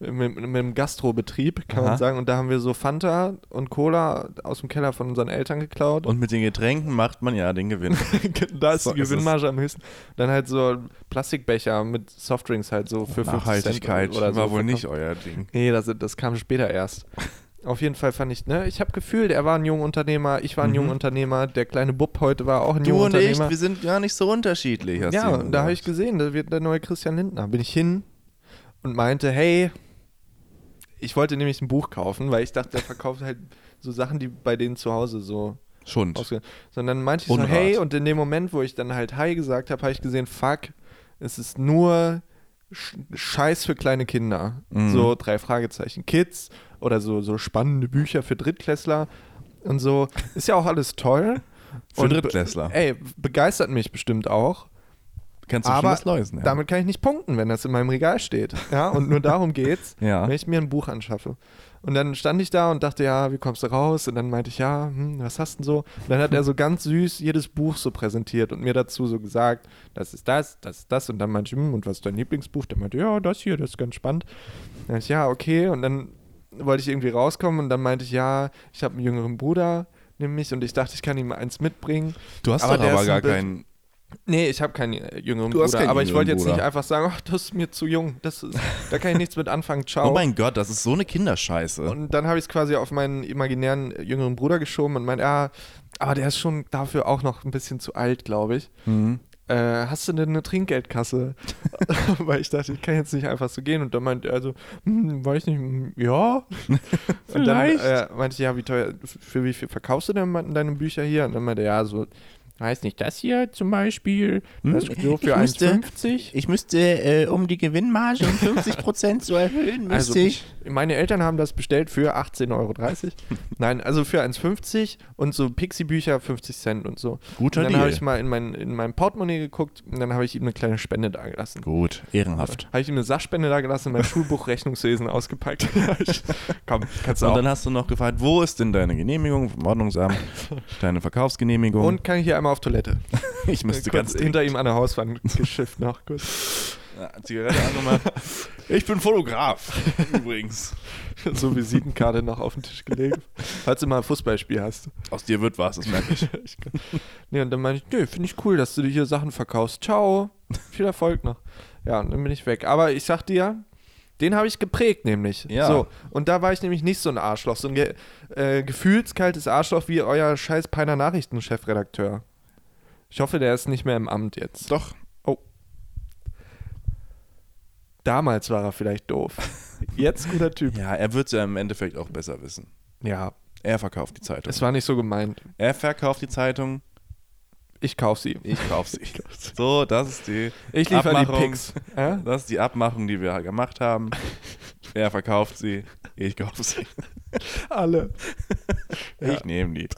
Speaker 4: Mit, mit einem Gastrobetrieb, kann man
Speaker 2: Aha.
Speaker 4: sagen. Und da haben wir so Fanta und Cola aus dem Keller von unseren Eltern geklaut.
Speaker 2: Und mit den Getränken macht man ja den Gewinn.
Speaker 4: *laughs* da ist
Speaker 2: So
Speaker 4: die
Speaker 2: ist es.
Speaker 4: Gewinnmarge am höchsten. Dann halt so Plastikbecher mit Softdrinks halt so für 50 Cent
Speaker 2: Nachhaltigkeit
Speaker 4: oder so.
Speaker 2: war wohl
Speaker 4: verkauft.
Speaker 2: nicht euer Ding.
Speaker 4: Nee, das, das kam später erst. Auf jeden Fall fand ich, ne, ich habe gefühlt, er war ein junger Unternehmer, ich war ein junger Unternehmer, der kleine Bub heute war auch ein
Speaker 2: Mhm. Du
Speaker 4: junger
Speaker 2: und ich,
Speaker 4: Unternehmer.
Speaker 2: wir sind gar nicht so unterschiedlich. hast
Speaker 4: ja,
Speaker 2: du
Speaker 4: da habe ich
Speaker 2: gesagt.
Speaker 4: gesehen, da wird der neue Christian Lindner. Bin ich hin und meinte, hey, ich wollte nämlich ein Buch kaufen, weil ich dachte, der verkauft halt so Sachen, die bei denen zu Hause so
Speaker 2: Schund.
Speaker 4: ausgehen. Sondern meinte ich so,
Speaker 2: Unrat.
Speaker 4: hey, und in dem Moment, wo ich dann halt hi gesagt habe, habe ich gesehen, fuck, es ist nur Sch Scheiß für kleine Kinder.
Speaker 2: Mhm.
Speaker 4: So drei Fragezeichen. Kids oder so, so spannende Bücher für Drittklässler und so. Ist ja auch alles toll.
Speaker 2: Für
Speaker 4: Und be-
Speaker 2: Drittklässler.
Speaker 4: Ey, begeistert mich bestimmt auch.
Speaker 2: Kannst du schon
Speaker 4: Aber
Speaker 2: was Neues nennen?
Speaker 4: damit kann ich nicht punkten, wenn das in meinem Regal steht. Ja, und nur darum geht's,
Speaker 2: *laughs* Ja.
Speaker 4: wenn ich mir ein Buch anschaffe. Und dann stand ich da und dachte, ja, wie kommst du raus? Und dann meinte ich, ja, hm, was hast du denn so? Und dann hat er so ganz süß jedes Buch so präsentiert und mir dazu so gesagt, das ist das, das ist das. Und dann meinte ich, hm, und was ist dein Lieblingsbuch? Dann meinte, ich, ja, das hier, das ist ganz spannend. Dann dachte ich, ja, okay. Und dann wollte ich irgendwie rauskommen und dann meinte ich, ja, ich habe einen jüngeren Bruder, nämlich, und ich dachte, ich kann ihm eins mitbringen.
Speaker 2: du hast
Speaker 4: aber
Speaker 2: doch
Speaker 4: der
Speaker 2: aber
Speaker 4: ist
Speaker 2: gar
Speaker 4: ein bisschen-
Speaker 2: keinen
Speaker 4: Nee, ich habe keinen äh, jüngeren
Speaker 2: Du hast
Speaker 4: Bruder,
Speaker 2: keinen
Speaker 4: aber ich
Speaker 2: jüngeren
Speaker 4: wollte jetzt
Speaker 2: Bruder.
Speaker 4: nicht einfach sagen, ach, das ist mir zu jung, das ist, da kann ich nichts
Speaker 2: *laughs*
Speaker 4: mit anfangen, ciao.
Speaker 2: Oh mein Gott, das ist so eine Kinderscheiße.
Speaker 4: und dann habe ich es quasi auf meinen imaginären äh, jüngeren Bruder geschoben und meinte, ah, aber der ist schon dafür auch noch ein bisschen zu alt, glaube ich.
Speaker 3: Mhm.
Speaker 4: Äh, hast du denn
Speaker 3: *laughs*
Speaker 4: eine Trinkgeldkasse? *laughs* Weil ich dachte, ich kann jetzt nicht einfach so gehen. Und dann meinte er so, hm, weiß nicht, hm,
Speaker 3: *laughs*
Speaker 4: ja.
Speaker 2: Vielleicht.
Speaker 4: Und dann äh, meinte ich, ja, wie teuer, für wie viel verkaufst du denn deine Bücher hier? Und dann meinte er, ja, so, weiß nicht, das hier zum Beispiel, das ist so
Speaker 3: Hm? ich
Speaker 4: für
Speaker 3: müsste-
Speaker 4: 1,50.
Speaker 3: Ich müsste, äh, um die Gewinnmarge um 50% zu
Speaker 2: *laughs*
Speaker 3: erhöhen, müsste
Speaker 4: Also,
Speaker 3: ich.
Speaker 4: meine Eltern haben das bestellt für 18,30 Euro.
Speaker 2: *laughs*
Speaker 4: Nein, also für 1,50 und so Pixie-Bücher 50 Cent und so.
Speaker 2: Guter
Speaker 4: und Dann habe
Speaker 2: Deal.
Speaker 4: ich mal in mein, in mein Portemonnaie geguckt und dann habe ich ihm eine kleine Spende dagelassen.
Speaker 2: Gut, ehrenhaft.
Speaker 4: Habe ich ihm eine Sachspende dagelassen, mein
Speaker 2: *laughs*
Speaker 4: Schulbuch Rechnungswesen ausgepackt. Komm, kannst du
Speaker 2: Und
Speaker 4: auch. *laughs*
Speaker 2: dann hast du noch gefragt, wo ist denn deine Genehmigung vom Ordnungsamt, deine Verkaufsgenehmigung?
Speaker 4: Und kann ich hier einmal auf Toilette.
Speaker 2: *laughs* Ich müsste
Speaker 4: Kurz
Speaker 2: ganz
Speaker 4: hinter ihm an der
Speaker 2: *laughs*
Speaker 4: Hauswand geschifft noch. Kurz.
Speaker 2: Ja, Ah, Zigarette
Speaker 4: *laughs*
Speaker 2: angemacht. Ich bin Fotograf, übrigens.
Speaker 4: So Visitenkarte noch auf den Tisch gelegt. Falls du mal ein Fußballspiel hast.
Speaker 2: Aus dir wird was, das merke ich.
Speaker 4: *laughs* Ich glaub- nee, und dann meine ich, nö, finde ich cool, dass du dir hier Sachen verkaufst. Ciao. Viel Erfolg noch. Ja, und dann bin ich weg. Aber ich sag dir, den habe ich geprägt, nämlich.
Speaker 2: Ja.
Speaker 4: So. Und da war ich nämlich nicht so ein Arschloch, so ein ge äh, gefühlskaltes Arschloch wie euer scheiß Peiner Nachrichtenchefredakteur. Ich hoffe, der ist nicht mehr im Amt jetzt. Oh.
Speaker 2: Doch.
Speaker 4: Damals war er vielleicht doof. *laughs* Jetzt guter Typ.
Speaker 2: Ja, er wird es ja im Endeffekt auch besser wissen.
Speaker 4: Ja,
Speaker 2: Er verkauft die Zeitung.
Speaker 4: es war nicht so gemeint.
Speaker 2: Er verkauft die Zeitung,
Speaker 4: *laughs* Ich kauf sie.
Speaker 2: ich kauf sie. so, das ist die
Speaker 4: Ich liefere die
Speaker 2: Abmachung.
Speaker 4: Picks. Ja?
Speaker 2: Das ist die Abmachung, die wir gemacht
Speaker 4: *laughs*
Speaker 2: haben. Er verkauft sie, ich kaufe sie.
Speaker 4: Alle. Ja.
Speaker 2: Ich nehme die.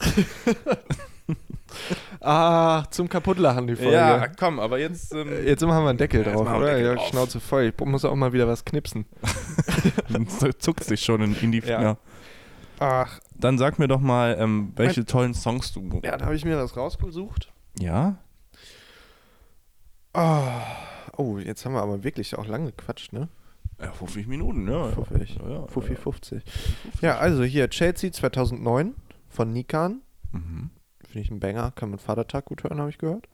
Speaker 4: Ah, zum Kaputtlachen die Folge.
Speaker 2: Ja, komm, aber jetzt. Ähm, *laughs*
Speaker 4: Jetzt haben wir einen Deckel
Speaker 2: Ja, jetzt
Speaker 4: drauf,
Speaker 2: machen wir
Speaker 4: oder?
Speaker 2: einen Deckel
Speaker 4: ja,
Speaker 2: drauf.
Speaker 4: Schnauze voll. Ich muss auch mal wieder was knipsen.
Speaker 2: zuckt sich schon in, in die Finger.
Speaker 4: Ja. Ach,
Speaker 2: Dann sag mir doch mal, ähm, welche tollen Songs du.
Speaker 4: ja, da habe ich mir was rausgesucht.
Speaker 2: Ja?
Speaker 4: Oh, jetzt haben wir aber wirklich auch lange gequatscht, ne?
Speaker 2: Ja, 50 Minuten, ja.
Speaker 4: Fuffig.
Speaker 2: Ja, ja,
Speaker 4: Fuffi
Speaker 2: ja.
Speaker 4: 50. Ja, also hier Chelsea 2009 von Nikan.
Speaker 2: Mhm.
Speaker 4: Finde ich ein Banger. Kann man Vatertag gut hören, habe ich gehört.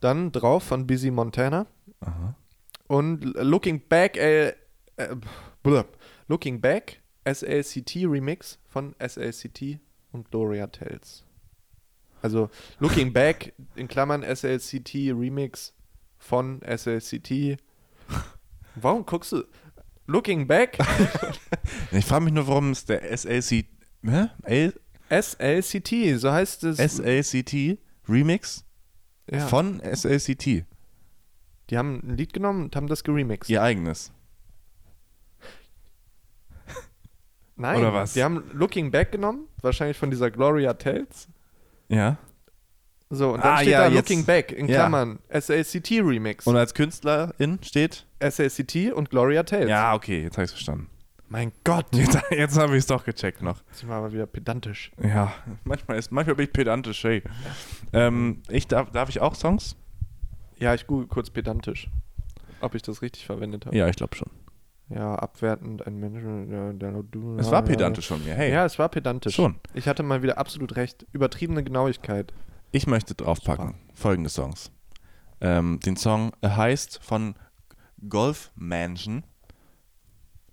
Speaker 4: Dann drauf von Busy Montana.
Speaker 2: Aha.
Speaker 4: Und Looking Back, äh, äh, blub. Looking Back, SLCT Remix von SLCT und Gloria Tells. Also Looking Back in Klammern SLCT Remix von SLCT. Warum guckst du? Looking Back,
Speaker 2: *laughs* Ich frage mich nur, warum ist der SLC. Hä? L
Speaker 4: SLCT, so heißt es.
Speaker 2: SLCT Remix
Speaker 4: ja.
Speaker 2: von SLCT.
Speaker 4: Die haben ein Lied genommen und haben das geremixed.
Speaker 2: Ihr eigenes.
Speaker 4: Nein,
Speaker 2: Oder was?
Speaker 4: die haben Looking Back genommen, wahrscheinlich von dieser Gloria Tells.
Speaker 2: Ja.
Speaker 4: So, und dann
Speaker 2: Ah,
Speaker 4: steht
Speaker 2: ja,
Speaker 4: da
Speaker 2: jetzt.
Speaker 4: Looking Back in
Speaker 2: Ja.
Speaker 4: Klammern SLCT Remix.
Speaker 2: Und als Künstlerin steht.
Speaker 4: SLCT und Gloria Tales.
Speaker 2: Ja, okay, jetzt habe ich verstanden.
Speaker 4: Mein Gott, jetzt
Speaker 2: *laughs* Jetzt, jetzt habe ich es doch gecheckt noch.
Speaker 4: sind wir aber wieder pedantisch.
Speaker 2: Ja, manchmal, ist, manchmal bin ich pedantisch, hey. Ähm, ich darf, darf ich auch Songs?
Speaker 4: Ja, ich google kurz pedantisch, ob ich das richtig verwendet habe.
Speaker 2: Ja, ich glaube schon.
Speaker 4: Ja, abwertend, ein Mensch. ja, der- du- äh,
Speaker 2: Es war pedantisch von mir, hey.
Speaker 4: Ja, es war pedantisch.
Speaker 2: Schon.
Speaker 4: Ich hatte mal wieder absolut recht. Übertriebene Genauigkeit.
Speaker 2: Ich möchte draufpacken folgende Songs. Ähm, den Song heißt von Golf Mansion.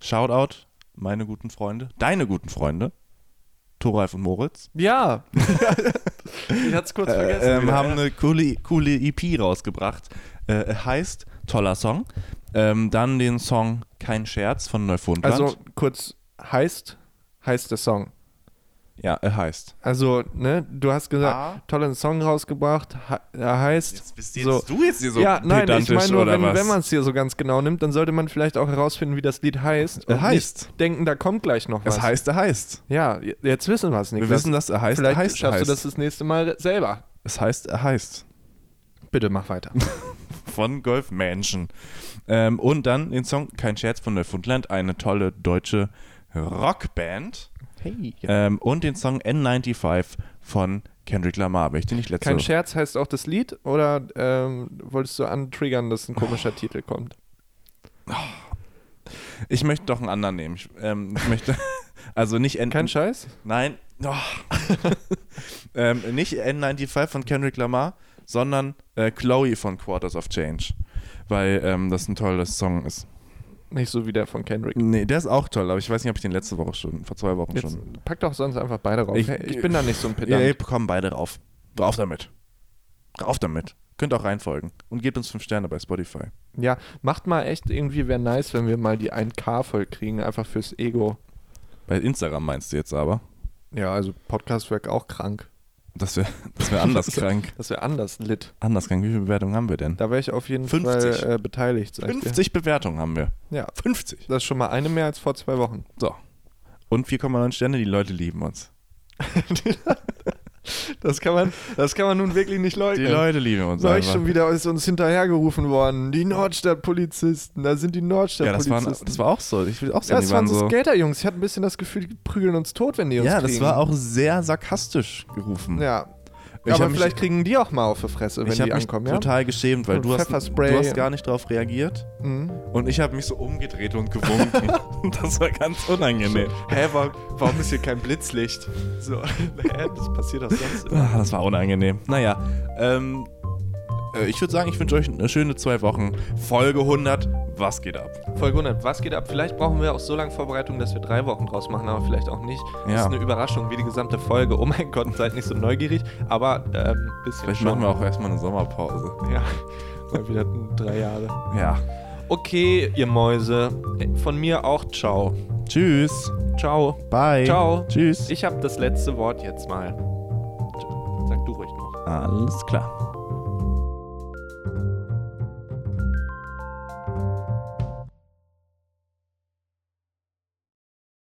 Speaker 2: Shoutout, meine guten Freunde, deine guten Freunde, Thoralf und Moritz, *laughs*
Speaker 4: Ja. ich hatte es kurz vergessen.
Speaker 2: äh, ähm,
Speaker 4: wieder.
Speaker 2: haben eine coole, coole EP rausgebracht. Äh, heißt, toller Song. Ähm, dann den Song Kein Scherz von Neufundland.
Speaker 4: also kurz heißt, heißt der Song.
Speaker 2: ja, äh, heißt.
Speaker 4: Also, ne, du hast gesagt,
Speaker 2: Ah.
Speaker 4: tollen Song rausgebracht, he- er heißt. so.
Speaker 2: du jetzt hier so
Speaker 4: ja, nein, ich
Speaker 2: pedantisch
Speaker 4: meine nur,
Speaker 2: oder
Speaker 4: wenn,
Speaker 2: was?
Speaker 4: wenn man es hier so ganz genau nimmt, dann sollte man vielleicht auch herausfinden, wie das Lied heißt.
Speaker 2: Äh,
Speaker 4: und
Speaker 2: heißt.
Speaker 4: Nicht denken, da kommt gleich noch was.
Speaker 2: es heißt, er heißt.
Speaker 4: Ja, j- jetzt wissen wir es nicht.
Speaker 2: Wir wissen, dass er heißt,
Speaker 4: Vielleicht
Speaker 2: er heißt, er
Speaker 4: schaffst
Speaker 2: heißt.
Speaker 4: du das das nächste Mal selber.
Speaker 2: Es heißt, er heißt.
Speaker 4: Bitte
Speaker 2: *laughs*
Speaker 4: mach weiter.
Speaker 2: Von Golf Mansion. Ähm, und dann den Song Kein Scherz von Neufundland, eine tolle deutsche Rockband.
Speaker 4: Hey.
Speaker 2: Ähm, und den Song N95 von Kendrick Lamar. Wenn ich den nicht letzte
Speaker 4: Kein Scherz heißt auch das Lied oder ähm, wolltest du antriggern, dass ein komischer Titel kommt?
Speaker 2: Ich möchte doch einen anderen nehmen. Ich, ähm, ich möchte. *laughs* Also nicht N.
Speaker 4: Kein Scheiß?
Speaker 2: Nein. Oh. *laughs* ähm, nicht N95 von Kendrick Lamar, sondern äh, Chloe von Quarters of Change. Weil ähm, das ein tolles Song ist.
Speaker 4: Nicht so wie der von Kendrick.
Speaker 2: Nee, der ist auch toll, aber ich weiß nicht, ob ich den letzte Woche schon, vor zwei Wochen
Speaker 4: Jetzt
Speaker 2: schon.
Speaker 4: pack doch sonst einfach beide rauf.
Speaker 2: Ich-
Speaker 4: Ich, ich bin da nicht so ein Pedant.
Speaker 2: Ihr bekommen beide rauf. Rauf damit. Rauf damit. Könnt auch reinfolgen. Und gebt uns fünf Sterne bei Spotify.
Speaker 4: Ja, macht mal echt irgendwie, wäre nice, wenn wir mal die 1K voll kriegen, einfach fürs Ego.
Speaker 2: Bei Instagram meinst du jetzt aber.
Speaker 4: Ja, also Podcast wäre auch krank.
Speaker 2: Das wäre das
Speaker 4: *laughs*
Speaker 2: wär anders
Speaker 4: Das wär-
Speaker 2: krank.
Speaker 4: Das wäre anders lit.
Speaker 2: Anders krank. Wie viele Bewertungen haben wir denn?
Speaker 4: Da wäre ich auf jeden
Speaker 2: 50.
Speaker 4: Fall äh, beteiligt. sag ich dir.
Speaker 2: 50 Bewertungen haben wir.
Speaker 4: Ja,
Speaker 2: 50.
Speaker 4: das ist schon mal eine mehr als vor zwei Wochen.
Speaker 2: So. Und 4,9 Sterne, die Leute lieben uns.
Speaker 4: Das kann man, das kann man nun wirklich nicht
Speaker 2: Die
Speaker 4: leugnen.
Speaker 2: Leute lieben uns.
Speaker 4: Neulich
Speaker 2: einfach.
Speaker 4: schon wieder ist uns hinterhergerufen worden. Die Nordstadtpolizisten, da sind die
Speaker 2: ja, das, waren,
Speaker 4: Nordstadtpolizisten.
Speaker 2: das war auch so. Ich will auch sagen,
Speaker 4: ja, das
Speaker 2: die
Speaker 4: waren
Speaker 2: waren
Speaker 4: so
Speaker 2: so.
Speaker 4: Skaterjungs. Ich hatte ein bisschen das Gefühl, die prügeln uns tot, wenn die uns
Speaker 2: Ja,
Speaker 4: kriegen.
Speaker 2: das war auch sehr sarkastisch gerufen.
Speaker 4: Ja,
Speaker 2: Ich
Speaker 4: aber
Speaker 2: hab mich-
Speaker 4: vielleicht kriegen die auch mal auf die Fresse, wenn
Speaker 2: ich habe
Speaker 4: die
Speaker 2: mich
Speaker 4: ankommen, ja?
Speaker 2: total geschämt, weil
Speaker 4: Und
Speaker 2: du hast,
Speaker 4: Pfefferspray.
Speaker 2: du hast gar nicht drauf reagiert.
Speaker 4: Mhm.
Speaker 2: Und ich habe mich so umgedreht und gewunken.
Speaker 4: *laughs*
Speaker 2: *laughs* das war ganz unangenehm.
Speaker 5: Hä, warum, warum ist hier kein Blitzlicht?
Speaker 4: *laughs*
Speaker 5: So, hä, das passiert doch sonst. immer.
Speaker 2: Ah, das war unangenehm. Naja, ähm, äh, ich würde sagen, ich wünsche euch eine schöne zwei Wochen. Folge 100, was geht ab?
Speaker 4: Folge 100. Was geht ab? Vielleicht brauchen wir auch so lange Vorbereitung, dass wir drei Wochen draus machen, aber vielleicht auch nicht. Das
Speaker 2: Ja.
Speaker 4: ist eine Überraschung, wie die gesamte Folge. Oh mein Gott, *laughs* seid nicht so neugierig, aber ähm, bisschen
Speaker 2: Vielleicht
Speaker 4: schon.
Speaker 2: machen wir auch erstmal eine Sommerpause.
Speaker 4: Ja, *laughs* mal wieder drei Jahre.
Speaker 2: Ja.
Speaker 4: Okay, ihr Mäuse. Von mir auch ciao.
Speaker 2: Tschüss.
Speaker 4: Ciao.
Speaker 2: Bye.
Speaker 4: Ciao.
Speaker 2: Tschüss.
Speaker 4: Ich habe das letzte Wort jetzt mal. Sag du ruhig noch.
Speaker 2: Alles klar.